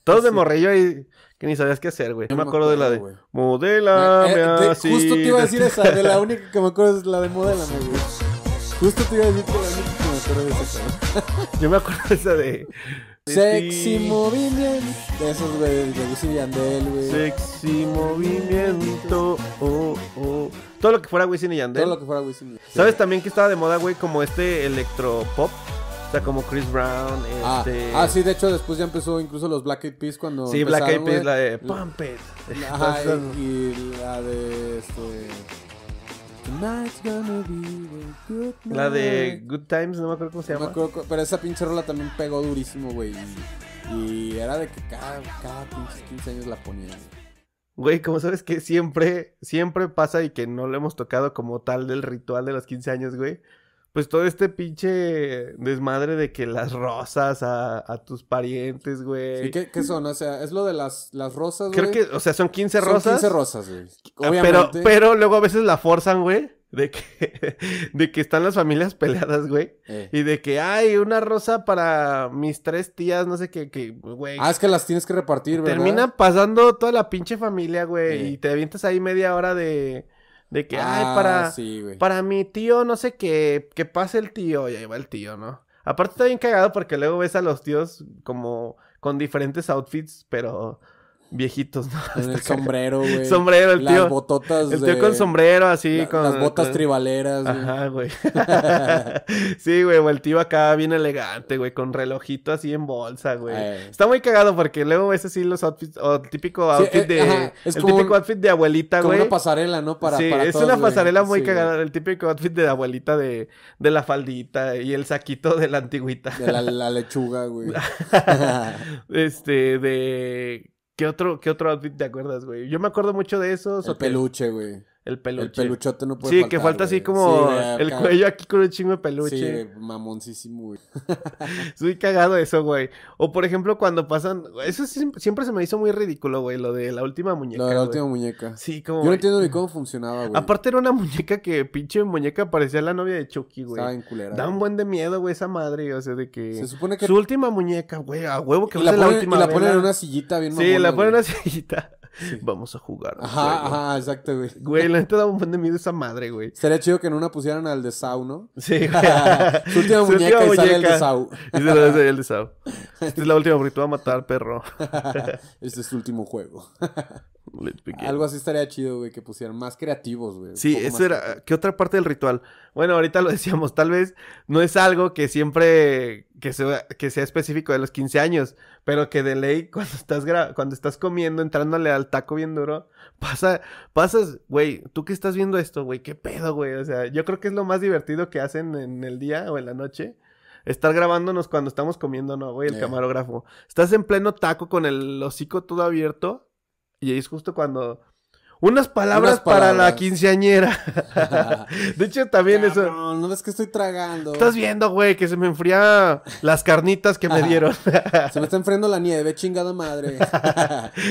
Speaker 1: Todos de morrillo y que ni sabías qué hacer, güey. Yo me acuerdo de la de.
Speaker 2: güey.
Speaker 1: Modela,
Speaker 2: Eh, eh, te-
Speaker 1: así.
Speaker 2: justo te iba a decir esa, de la única que me acuerdo es la de Modélame, güey. Justo te iba a decir que la única que me acuerdo es esa. güey.
Speaker 1: Yo me acuerdo de esa de.
Speaker 2: Sexy Movimiento. De esos, güey, de Wisin y Yandel, güey.
Speaker 1: Sexy movimiento. Oh, oh. Todo lo que fuera Wisin y Yandel.
Speaker 2: Todo lo que fuera Wisin. y Yandel.
Speaker 1: ¿Sabes también que estaba de moda, güey? Como este electropop. O sea, como Chris Brown.
Speaker 2: Ah,
Speaker 1: Este...
Speaker 2: ah, sí, de hecho después ya empezó incluso los Black Eyed Peas cuando
Speaker 1: Sí, Black Eyed Peas,
Speaker 2: empezaron, güey.
Speaker 1: la de Pump It.
Speaker 2: Ajá,
Speaker 1: Entonces,
Speaker 2: y, y la de este Tonight's gonna be a good night.
Speaker 1: La de Good Times, no me acuerdo cómo se
Speaker 2: No me
Speaker 1: llama.
Speaker 2: acuerdo cu- pero esa pinche rola también pegó durísimo, güey. Y, y era de que cada, cada pinches 15 años la ponían. güey.
Speaker 1: Güey, como sabes que siempre, siempre pasa y que no lo hemos tocado como tal del ritual de los 15 años, güey. Pues todo este pinche desmadre de que las rosas a, a tus parientes, güey.
Speaker 2: ¿Y qué, qué son? O sea, es lo de las, las rosas,
Speaker 1: Creo
Speaker 2: güey.
Speaker 1: que, o sea, son 15
Speaker 2: Son
Speaker 1: rosas.
Speaker 2: 15 rosas, güey.
Speaker 1: Ah,
Speaker 2: Obviamente.
Speaker 1: Pero, pero luego a veces la forzan, güey. De que, de que están las familias peleadas, güey.
Speaker 2: Eh.
Speaker 1: Y de que hay una rosa para mis tres tías, no sé qué, que, güey.
Speaker 2: Ah, es que las tienes que repartir, ¿verdad?
Speaker 1: termina pasando toda la pinche familia, güey.
Speaker 2: Eh.
Speaker 1: Y te avientas ahí media hora de, de que, ay,
Speaker 2: Ah,
Speaker 1: para,
Speaker 2: Sí, güey.
Speaker 1: para mi tío, no sé qué, que pase el tío. Y ahí va el tío, ¿no? Aparte está bien cagado porque luego ves a los tíos como con diferentes outfits, pero viejitos, ¿no?
Speaker 2: Con el
Speaker 1: Está cagado.
Speaker 2: sombrero, güey.
Speaker 1: Sombrero, el tío.
Speaker 2: Las bototas.
Speaker 1: El tío
Speaker 2: de-
Speaker 1: con sombrero, así,
Speaker 2: la-
Speaker 1: con...
Speaker 2: Las botas
Speaker 1: con-
Speaker 2: tribaleras, güey.
Speaker 1: Ajá, güey. sí, güey, o el tío acá bien elegante, güey, con relojito así en bolsa, güey.
Speaker 2: Eh.
Speaker 1: Está muy cagado porque luego ves así los outfits, o el típico
Speaker 2: Sí,
Speaker 1: outfit
Speaker 2: eh,
Speaker 1: de...
Speaker 2: ajá, es
Speaker 1: el
Speaker 2: como
Speaker 1: típico
Speaker 2: un-
Speaker 1: outfit de abuelita,
Speaker 2: Como
Speaker 1: güey.
Speaker 2: una pasarela, ¿no? Para,
Speaker 1: sí,
Speaker 2: para
Speaker 1: es
Speaker 2: todos,
Speaker 1: una
Speaker 2: güey.
Speaker 1: pasarela muy
Speaker 2: Sí,
Speaker 1: cagada, el típico outfit de abuelita de, de la faldita y el saquito de la antigüita.
Speaker 2: De la, la lechuga, güey.
Speaker 1: este, de... ¿Qué otro, ¿Qué otro outfit te acuerdas, güey? Yo me acuerdo mucho de esos.
Speaker 2: el
Speaker 1: o que-
Speaker 2: peluche, güey.
Speaker 1: El peluche.
Speaker 2: El peluchote no puede
Speaker 1: Sí,
Speaker 2: faltar,
Speaker 1: que falta
Speaker 2: güey.
Speaker 1: así como
Speaker 2: Sí, güey,
Speaker 1: el
Speaker 2: acá.
Speaker 1: cuello aquí con un chingo de
Speaker 2: Sí,
Speaker 1: peluche.
Speaker 2: güey, mamoncísimo, güey.
Speaker 1: Soy cagado eso, güey. O por ejemplo, cuando pasan. Eso sí- siempre se me hizo muy ridículo, güey, lo de la última muñeca.
Speaker 2: Lo de la
Speaker 1: güey.
Speaker 2: última muñeca.
Speaker 1: Sí,
Speaker 2: Yo
Speaker 1: como.
Speaker 2: no entiendo ni cómo funcionaba, güey.
Speaker 1: Aparte era una muñeca que pinche muñeca parecía la novia de Chucky, güey.
Speaker 2: Estaba en culera.
Speaker 1: Da un
Speaker 2: güey.
Speaker 1: buen de miedo, güey, esa madre. O sea, de que.
Speaker 2: Se supone que-
Speaker 1: Su última muñeca, güey, a huevo que
Speaker 2: Y
Speaker 1: va
Speaker 2: la,
Speaker 1: a ser
Speaker 2: ponen,
Speaker 1: última.
Speaker 2: y la ponen
Speaker 1: vela.
Speaker 2: en una sillita bien
Speaker 1: Sí, la ponen
Speaker 2: mamona,
Speaker 1: en
Speaker 2: güey.
Speaker 1: una sillita. Vamos a jugar. al
Speaker 2: Ajá,
Speaker 1: juego.
Speaker 2: ajá, exacto, güey.
Speaker 1: Güey, la neta da un buen de miedo esa madre, güey.
Speaker 2: Estaría chido que en una pusieran al de Sau, ¿no?
Speaker 1: Sí, güey.
Speaker 2: Su última muñeca y sale el de Sau.
Speaker 1: Y se la sale el de Sau. Esta es la última porque te va a matar, perro.
Speaker 2: Este es tu último juego.
Speaker 1: Let's begin.
Speaker 2: Algo así estaría chido, güey, que pusieran más creativos, güey. un
Speaker 1: Sí,
Speaker 2: poco más
Speaker 1: eso era.
Speaker 2: creativos.
Speaker 1: ¿Qué otra parte del ritual? Bueno, ahorita lo decíamos, tal vez no es algo que siempre que sea, que sea específico de los 15 años, pero que de ley cuando estás gra- cuando estás comiendo, entrándole al taco bien duro, pasa, pasas, güey, tú que estás viendo esto, güey, qué pedo, güey. O sea, yo creo que es lo más divertido que hacen en el día o en la noche. Estar grabándonos cuando estamos comiendo, no, güey, el
Speaker 2: Eh.
Speaker 1: camarógrafo. Estás en pleno taco con el hocico todo abierto y ahí es justo cuando unas palabras,
Speaker 2: Unas
Speaker 1: para la
Speaker 2: palabras.
Speaker 1: quinceañera. de hecho, también eso.
Speaker 2: Cabrón, no ves que estoy tragando.
Speaker 1: Estás viendo, güey, que se me enfría las carnitas que me dieron.
Speaker 2: Se me está enfriando la nieve, chingada madre.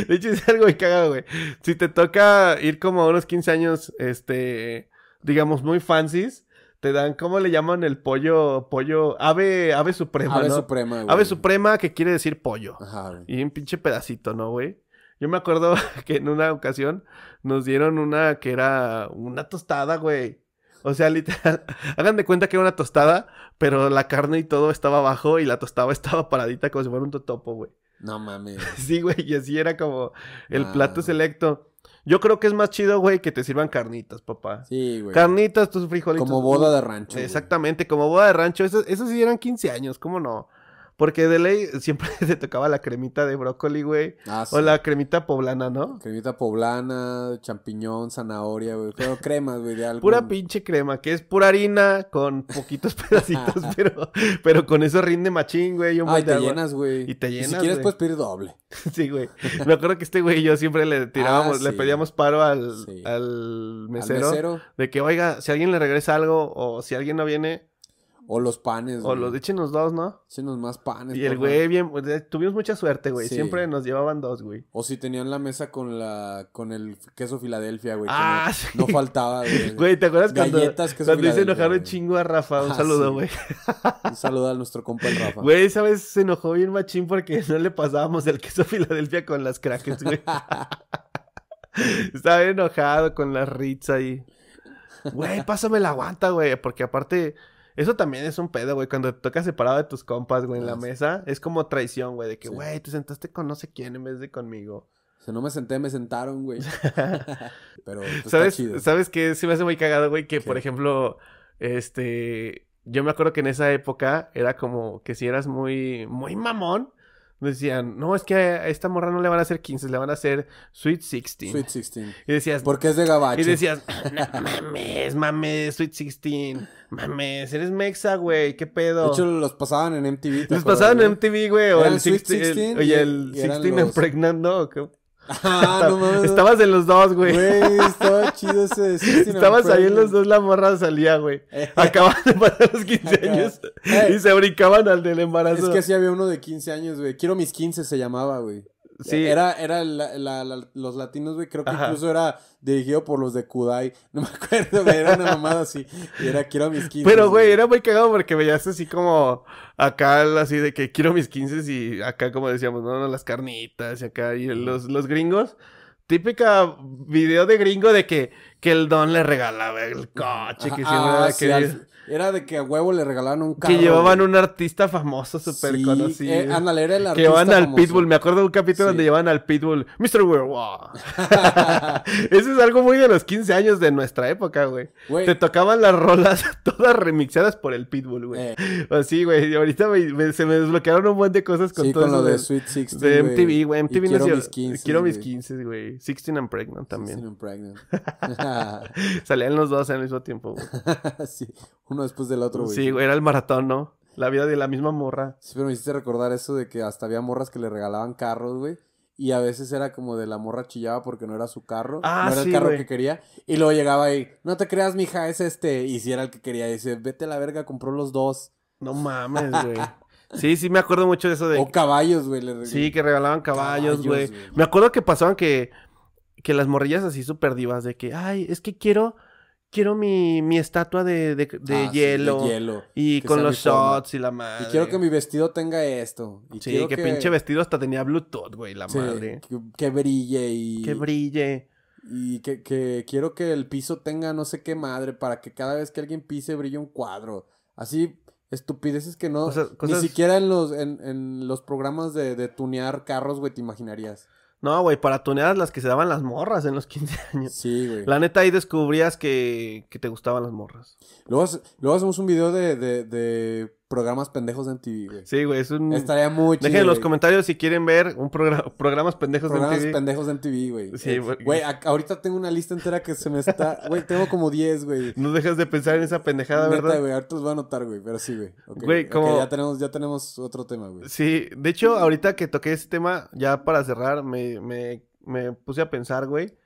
Speaker 1: de hecho, es algo de cagado, güey. Si te toca ir como a unos 15 años, este, digamos, muy fancies, te dan, ¿cómo le llaman el pollo? Pollo, ave, ave suprema,
Speaker 2: Ave
Speaker 1: ¿no?
Speaker 2: suprema, güey.
Speaker 1: Ave suprema, que quiere decir pollo.
Speaker 2: Ajá, güey.
Speaker 1: Y un pinche pedacito, ¿no, güey? Yo me acuerdo que en una ocasión nos dieron una que era una tostada, güey. O sea, literal, hagan de cuenta que era una tostada, pero la carne y todo estaba abajo y la tostada estaba paradita como si fuera un totopo, güey.
Speaker 2: No mames.
Speaker 1: Sí, güey, y así era como el
Speaker 2: Ah.
Speaker 1: plato selecto. Yo creo que es más chido, güey, que te sirvan carnitas, papá.
Speaker 2: Sí, güey.
Speaker 1: Carnitas, tus frijolitos.
Speaker 2: Como boda de rancho. güey.
Speaker 1: Exactamente, como boda de rancho. Eso, eso sí eran 15 años, ¿cómo no? Porque de ley siempre te tocaba la cremita de brócoli, güey.
Speaker 2: Ah,
Speaker 1: O
Speaker 2: sí.
Speaker 1: la cremita poblana, ¿no?
Speaker 2: Cremita poblana, champiñón, zanahoria, güey. Pero cremas, güey, de algo.
Speaker 1: Pura pinche crema, que es pura harina con poquitos pedacitos, pero, pero con eso rinde machín, güey. y un
Speaker 2: Ah, y
Speaker 1: buen de
Speaker 2: te
Speaker 1: agua.
Speaker 2: llenas, güey.
Speaker 1: Y te llenas,
Speaker 2: si quieres,
Speaker 1: güey.
Speaker 2: puedes pedir doble.
Speaker 1: Sí, güey. Me acuerdo que este güey y yo siempre le tirábamos,
Speaker 2: Ah,
Speaker 1: le
Speaker 2: sí.
Speaker 1: pedíamos paro al,
Speaker 2: Sí.
Speaker 1: al,
Speaker 2: Al
Speaker 1: mesero,
Speaker 2: mesero,
Speaker 1: De que, oiga, si alguien le regresa algo o si alguien no viene,
Speaker 2: O los panes,
Speaker 1: o
Speaker 2: güey.
Speaker 1: los échenos dos, ¿no?
Speaker 2: Échenos más panes.
Speaker 1: Y el
Speaker 2: por
Speaker 1: güey,
Speaker 2: favor.
Speaker 1: bien, o sea, tuvimos mucha suerte, güey.
Speaker 2: Sí.
Speaker 1: Siempre nos llevaban dos, güey.
Speaker 2: O si tenían la mesa con la con el queso Filadelfia, güey. que
Speaker 1: Ah,
Speaker 2: no,
Speaker 1: sí.
Speaker 2: no faltaba, güey.
Speaker 1: Güey, ¿te acuerdas cuando,
Speaker 2: Galletas que son
Speaker 1: cuando hice
Speaker 2: Filadelfia,
Speaker 1: enojar un
Speaker 2: güey?
Speaker 1: chingo a Rafa? Un
Speaker 2: Ah,
Speaker 1: saludo,
Speaker 2: sí.
Speaker 1: güey.
Speaker 2: Un saludo a nuestro compa el Rafa.
Speaker 1: Güey, esa vez se enojó bien machín porque no le pasábamos el queso Filadelfia con las crackers, güey. Estaba bien enojado con las Ritz ahí. Güey, pásame la guanta, güey. Porque aparte, eso también es un pedo, güey. Cuando te tocas separado de tus compas, güey, en la
Speaker 2: Ah, sí.
Speaker 1: mesa, es como traición, güey. De que,
Speaker 2: Sí.
Speaker 1: güey, te sentaste con no sé quién en vez de conmigo.
Speaker 2: O sea, no me senté, me sentaron, güey. Pero pues, está
Speaker 1: ¿Sabes?
Speaker 2: chido.
Speaker 1: ¿Sabes qué? Sí me hace muy cagado, güey, que
Speaker 2: ¿Qué?
Speaker 1: por ejemplo, este, yo me acuerdo que en esa época era como que si eras muy, muy mamón, decían, no, es que a esta morra no le van a hacer 15, le van a hacer Sweet 16.
Speaker 2: Sweet 16.
Speaker 1: Y decías,
Speaker 2: Porque es de gabacho.
Speaker 1: y decías, "No mames, mames, Sweet 16, mames, eres mexa, güey, qué pedo.
Speaker 2: De hecho, los pasaban en MTV. ¿te
Speaker 1: les
Speaker 2: acuerdas,
Speaker 1: pasaban
Speaker 2: güey?
Speaker 1: en MTV, güey, o
Speaker 2: Eran
Speaker 1: el
Speaker 2: Sweet
Speaker 1: 16,
Speaker 2: 16
Speaker 1: oye,
Speaker 2: y-
Speaker 1: el
Speaker 2: y eran
Speaker 1: 16
Speaker 2: los-
Speaker 1: impregnant, ¿no? ¿Qué?
Speaker 2: Ah, no mames.
Speaker 1: Estabas en los dos, güey.
Speaker 2: Güey, estaba chido ese de 16 and
Speaker 1: Estabas ahí en los
Speaker 2: Pregnant.
Speaker 1: dos, la morra salía, güey.
Speaker 2: Eh.
Speaker 1: Acababan de pasar los 15
Speaker 2: Acá.
Speaker 1: años
Speaker 2: Eh.
Speaker 1: y se brincaban al del embarazo.
Speaker 2: Es que sí había uno de 15 años, güey. Quiero mis 15 se llamaba, güey.
Speaker 1: Sí.
Speaker 2: Era, era la- la- la- los latinos, güey. Creo que
Speaker 1: Ajá.
Speaker 2: incluso era dirigido por los de Kudai. No me acuerdo, güey. Era una mamada así. Y era quiero mis 15.
Speaker 1: Pero, güey, era muy cagado porque veías así como acá, así de que quiero mis 15 y acá, como decíamos, no, no, las carnitas y acá, y los, los gringos. Típica video de gringo de que, que el don le regalaba el coche, que siempre
Speaker 2: Ajá,
Speaker 1: era
Speaker 2: ah, sí,
Speaker 1: que,
Speaker 2: al- Era de que a huevo le regalaron un
Speaker 1: que
Speaker 2: carro.
Speaker 1: llevaban
Speaker 2: güey.
Speaker 1: un artista famoso súper
Speaker 2: Sí,
Speaker 1: conocido.
Speaker 2: eh, ándale, era el
Speaker 1: Que
Speaker 2: artista
Speaker 1: llevan al
Speaker 2: famoso.
Speaker 1: Pitbull. Me acuerdo de un capítulo
Speaker 2: Sí.
Speaker 1: donde llevan al Pitbull. Mr. Werewolf. Eso es algo muy de los 15 años de nuestra época, güey.
Speaker 2: Güey.
Speaker 1: Te tocaban las rolas todas remixadas por el Pitbull,
Speaker 2: Eh.
Speaker 1: güey. Así, güey. y Ahorita me- me- se me desbloquearon un buen de cosas con
Speaker 2: sí,
Speaker 1: todo
Speaker 2: con
Speaker 1: eso
Speaker 2: lo de
Speaker 1: del-
Speaker 2: Sweet 16.
Speaker 1: de MTV, güey.
Speaker 2: Y
Speaker 1: MTV
Speaker 2: quiero
Speaker 1: nació-
Speaker 2: mis 15.
Speaker 1: Quiero mis
Speaker 2: güey.
Speaker 1: 15, güey. 16 and Pregnant también.
Speaker 2: 16 and pregnant.
Speaker 1: Salían los dos al mismo tiempo, güey.
Speaker 2: sí, uno después del otro, güey.
Speaker 1: Sí, güey. Era el maratón, ¿no? La vida de la misma morra.
Speaker 2: Sí, pero me hiciste recordar eso de que hasta había morras que le regalaban carros, güey. Y a veces era como de la morra chillaba porque no era su carro.
Speaker 1: Ah,
Speaker 2: no era
Speaker 1: sí,
Speaker 2: el carro
Speaker 1: güey.
Speaker 2: que quería. Y luego llegaba ahí, no te creas, mija, es este. Y si era el que quería, y dice, vete a la verga, compró los dos.
Speaker 1: No mames, güey. Sí, sí, me acuerdo mucho de eso de
Speaker 2: O caballos, güey. le regaló.
Speaker 1: Sí, que regalaban caballos,
Speaker 2: Caballos,
Speaker 1: güey.
Speaker 2: güey.
Speaker 1: Me acuerdo que pasaban que, que las morrillas así súper divas de que, ay, es que quiero, quiero mi, mi estatua de, de, de
Speaker 2: Ah, sí,
Speaker 1: hielo.
Speaker 2: de hielo.
Speaker 1: Y
Speaker 2: Que
Speaker 1: con
Speaker 2: sea
Speaker 1: los
Speaker 2: mi forma.
Speaker 1: shots y la madre.
Speaker 2: Y quiero que mi vestido tenga esto. Y
Speaker 1: Sí,
Speaker 2: quiero
Speaker 1: que, pinche vestido hasta tenía Bluetooth, güey, la
Speaker 2: Sí,
Speaker 1: madre.
Speaker 2: que, que brille y.
Speaker 1: Que brille.
Speaker 2: Y que, que quiero que el piso tenga no sé qué madre para que cada vez que alguien pise brille un cuadro. Así estupideces que no...
Speaker 1: O sea, cosas-
Speaker 2: Ni siquiera en los, en, en los programas de, de tunear carros, güey, te imaginarías.
Speaker 1: No, güey, para tunear las que se daban las morras en los 15 años.
Speaker 2: Sí, güey.
Speaker 1: La neta ahí descubrías que, que te gustaban las morras.
Speaker 2: Luego, hace- luego hacemos un video de, de, de programas pendejos de MTV, güey.
Speaker 1: Sí, güey, es un...
Speaker 2: Estaría muy chido,
Speaker 1: Dejen en los
Speaker 2: güey.
Speaker 1: comentarios si quieren ver un programa, programas pendejos de
Speaker 2: Programas
Speaker 1: MTV.
Speaker 2: pendejos de MTV, güey.
Speaker 1: Sí,
Speaker 2: Eh,
Speaker 1: porque-
Speaker 2: Güey, a- ahorita tengo una lista entera que se me está... Güey, tengo como 10, güey.
Speaker 1: No dejas de pensar en esa pendejada,
Speaker 2: Neta,
Speaker 1: ¿verdad?
Speaker 2: güey, ahorita los voy a anotar, güey, pero sí, güey. Ok,
Speaker 1: Güey,
Speaker 2: ok,
Speaker 1: como-
Speaker 2: ya, tenemos, ya tenemos otro tema, güey.
Speaker 1: Sí, de hecho, ahorita que toqué ese tema, ya para cerrar, me, me, me puse a pensar, güey,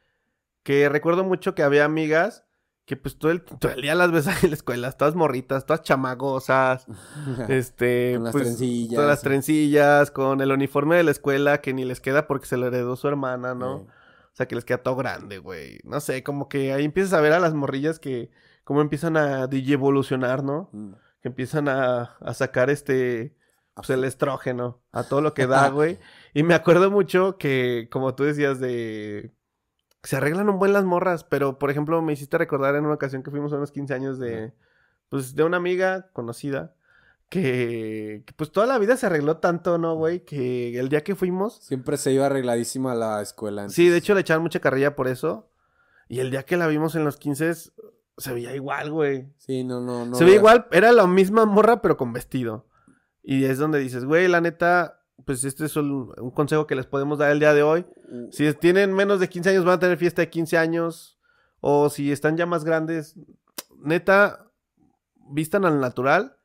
Speaker 1: que recuerdo mucho que había amigas que pues todo el, todo el día las ves ahí en la escuela, todas morritas, todas chamagosas, este,
Speaker 2: Ah, Con las
Speaker 1: pues,
Speaker 2: trencillas.
Speaker 1: todas las trencillas, con el uniforme de la escuela que ni les queda porque se lo heredó su hermana, ¿no?
Speaker 2: Eh,
Speaker 1: O sea, que les queda todo grande, güey. No sé, como que ahí empiezas a ver a las morrillas que cómo empiezan a evolucionar, ¿no?
Speaker 2: mm.
Speaker 1: Que empiezan a, a sacar este pues, el estrógeno a todo lo que da,
Speaker 2: Ah,
Speaker 1: güey. Y me acuerdo mucho que, como tú decías, de... Se arreglan un buen las morras, pero, por ejemplo, me hiciste recordar en una ocasión que fuimos a unos 15 años de... Pues, de una amiga conocida que, que, pues, toda la vida se arregló tanto, ¿no, güey? Que el día que fuimos...
Speaker 2: Siempre se iba arregladísima a la escuela.
Speaker 1: Sí, de
Speaker 2: entonces.
Speaker 1: hecho, le echaban mucha carrilla por eso. Y el día que la vimos en los 15 se veía igual, güey.
Speaker 2: Sí, no, no, no.
Speaker 1: se veía
Speaker 2: güey.
Speaker 1: igual, era la misma morra, pero con vestido. Y es donde dices, güey, la neta, pues este es un, un consejo que les podemos dar el día de hoy.
Speaker 2: Uh,
Speaker 1: Si es- tienen menos de 15 años, van a tener fiesta de 15 años. O si están ya más grandes, neta, vistan al natural.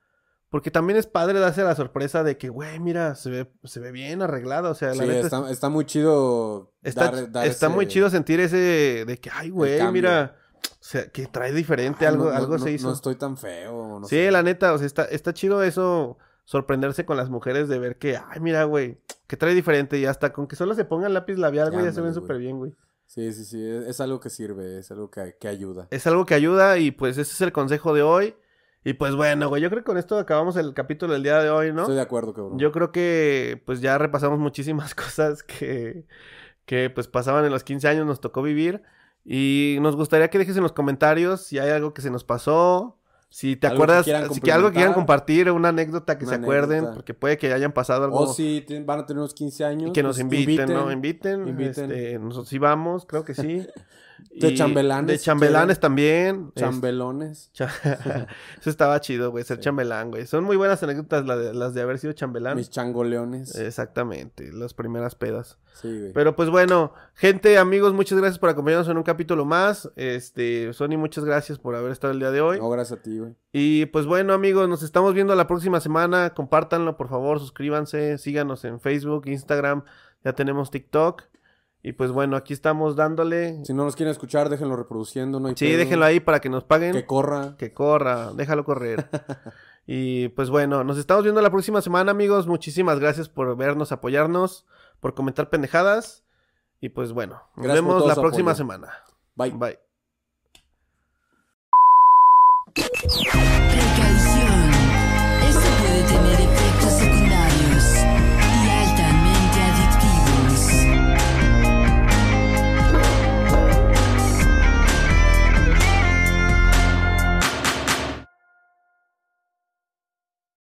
Speaker 1: Porque también es padre darse la sorpresa de que, güey, mira, se ve, se ve bien arreglada. O sea, la
Speaker 2: Sí,
Speaker 1: neta
Speaker 2: está, está muy chido.
Speaker 1: Está,
Speaker 2: dar- dar
Speaker 1: está
Speaker 2: ese-
Speaker 1: muy chido sentir ese de que, ay, güey,
Speaker 2: cambio.
Speaker 1: mira, o sea, que trae diferente,
Speaker 2: Ah,
Speaker 1: algo,
Speaker 2: no- no-
Speaker 1: algo
Speaker 2: no-
Speaker 1: se hizo.
Speaker 2: No estoy tan feo. no
Speaker 1: sí,
Speaker 2: sé.
Speaker 1: la neta, o sea, está, está chido eso, sorprenderse con las mujeres de ver que, ay, mira, güey, que trae diferente y hasta con que solo se pongan lápiz labial, güey, ya se
Speaker 2: Ándale,
Speaker 1: ven
Speaker 2: güey.
Speaker 1: súper bien, güey.
Speaker 2: Sí, sí, sí. Es, es algo que sirve, es algo que, que ayuda.
Speaker 1: Es algo que ayuda y pues ese es el consejo de hoy. Y pues bueno, güey, yo creo que con esto acabamos el capítulo del día de hoy, ¿no?
Speaker 2: Estoy de acuerdo, cabrón.
Speaker 1: Yo creo que pues ya repasamos muchísimas cosas que, que pues pasaban en los 15 años, nos tocó vivir. Y nos gustaría que dejes en los comentarios si hay algo que se nos pasó, si te
Speaker 2: Algo que
Speaker 1: acuerdas,
Speaker 2: quieran
Speaker 1: si que algo que quieran
Speaker 2: complementar.
Speaker 1: compartir, una anécdota que
Speaker 2: Una
Speaker 1: se acuerden,
Speaker 2: anécdota.
Speaker 1: porque puede que hayan pasado algo
Speaker 2: O si te- van a tener unos 15 años.
Speaker 1: y que nos
Speaker 2: pues,
Speaker 1: inviten, ¿no? Inviten,
Speaker 2: inviten.
Speaker 1: este, nosotros sí vamos, creo que sí.
Speaker 2: De
Speaker 1: Y
Speaker 2: chambelanes,
Speaker 1: De
Speaker 2: si
Speaker 1: chambelanes
Speaker 2: quieren.
Speaker 1: también. este,
Speaker 2: Chambelones.
Speaker 1: cha- Eso estaba chido, güey, ser
Speaker 2: Sí.
Speaker 1: chambelán, güey. Son muy buenas anécdotas la de- las de haber sido chambelán.
Speaker 2: Mis changoleones.
Speaker 1: Exactamente, las primeras pedas.
Speaker 2: Pues sí, güey.
Speaker 1: Eh, Pero pues bueno, gente, amigos, muchas gracias por acompañarnos en un capítulo más. Este, Sony, muchas gracias por haber estado el día de hoy.
Speaker 2: No, gracias a ti, güey.
Speaker 1: Y pues bueno, amigos, nos estamos viendo la próxima semana. Compártanlo, por favor, suscríbanse, síganos en Facebook, Instagram, ya tenemos TikTok. Y pues bueno, aquí estamos dándole.
Speaker 2: Si no nos quieren escuchar, déjenlo reproduciendo, no hay
Speaker 1: Sí,
Speaker 2: pedo.
Speaker 1: déjenlo ahí para que nos paguen.
Speaker 2: Que corra.
Speaker 1: Que corra, déjalo correr. y pues bueno, nos estamos viendo la próxima semana, amigos. Muchísimas gracias por vernos, apoyarnos, por comentar pendejadas. Y pues bueno, nos
Speaker 2: Gracias por
Speaker 1: vemos
Speaker 2: todo
Speaker 1: la
Speaker 2: su
Speaker 1: próxima
Speaker 2: apoyo.
Speaker 1: semana.
Speaker 2: Bye.
Speaker 1: Bye.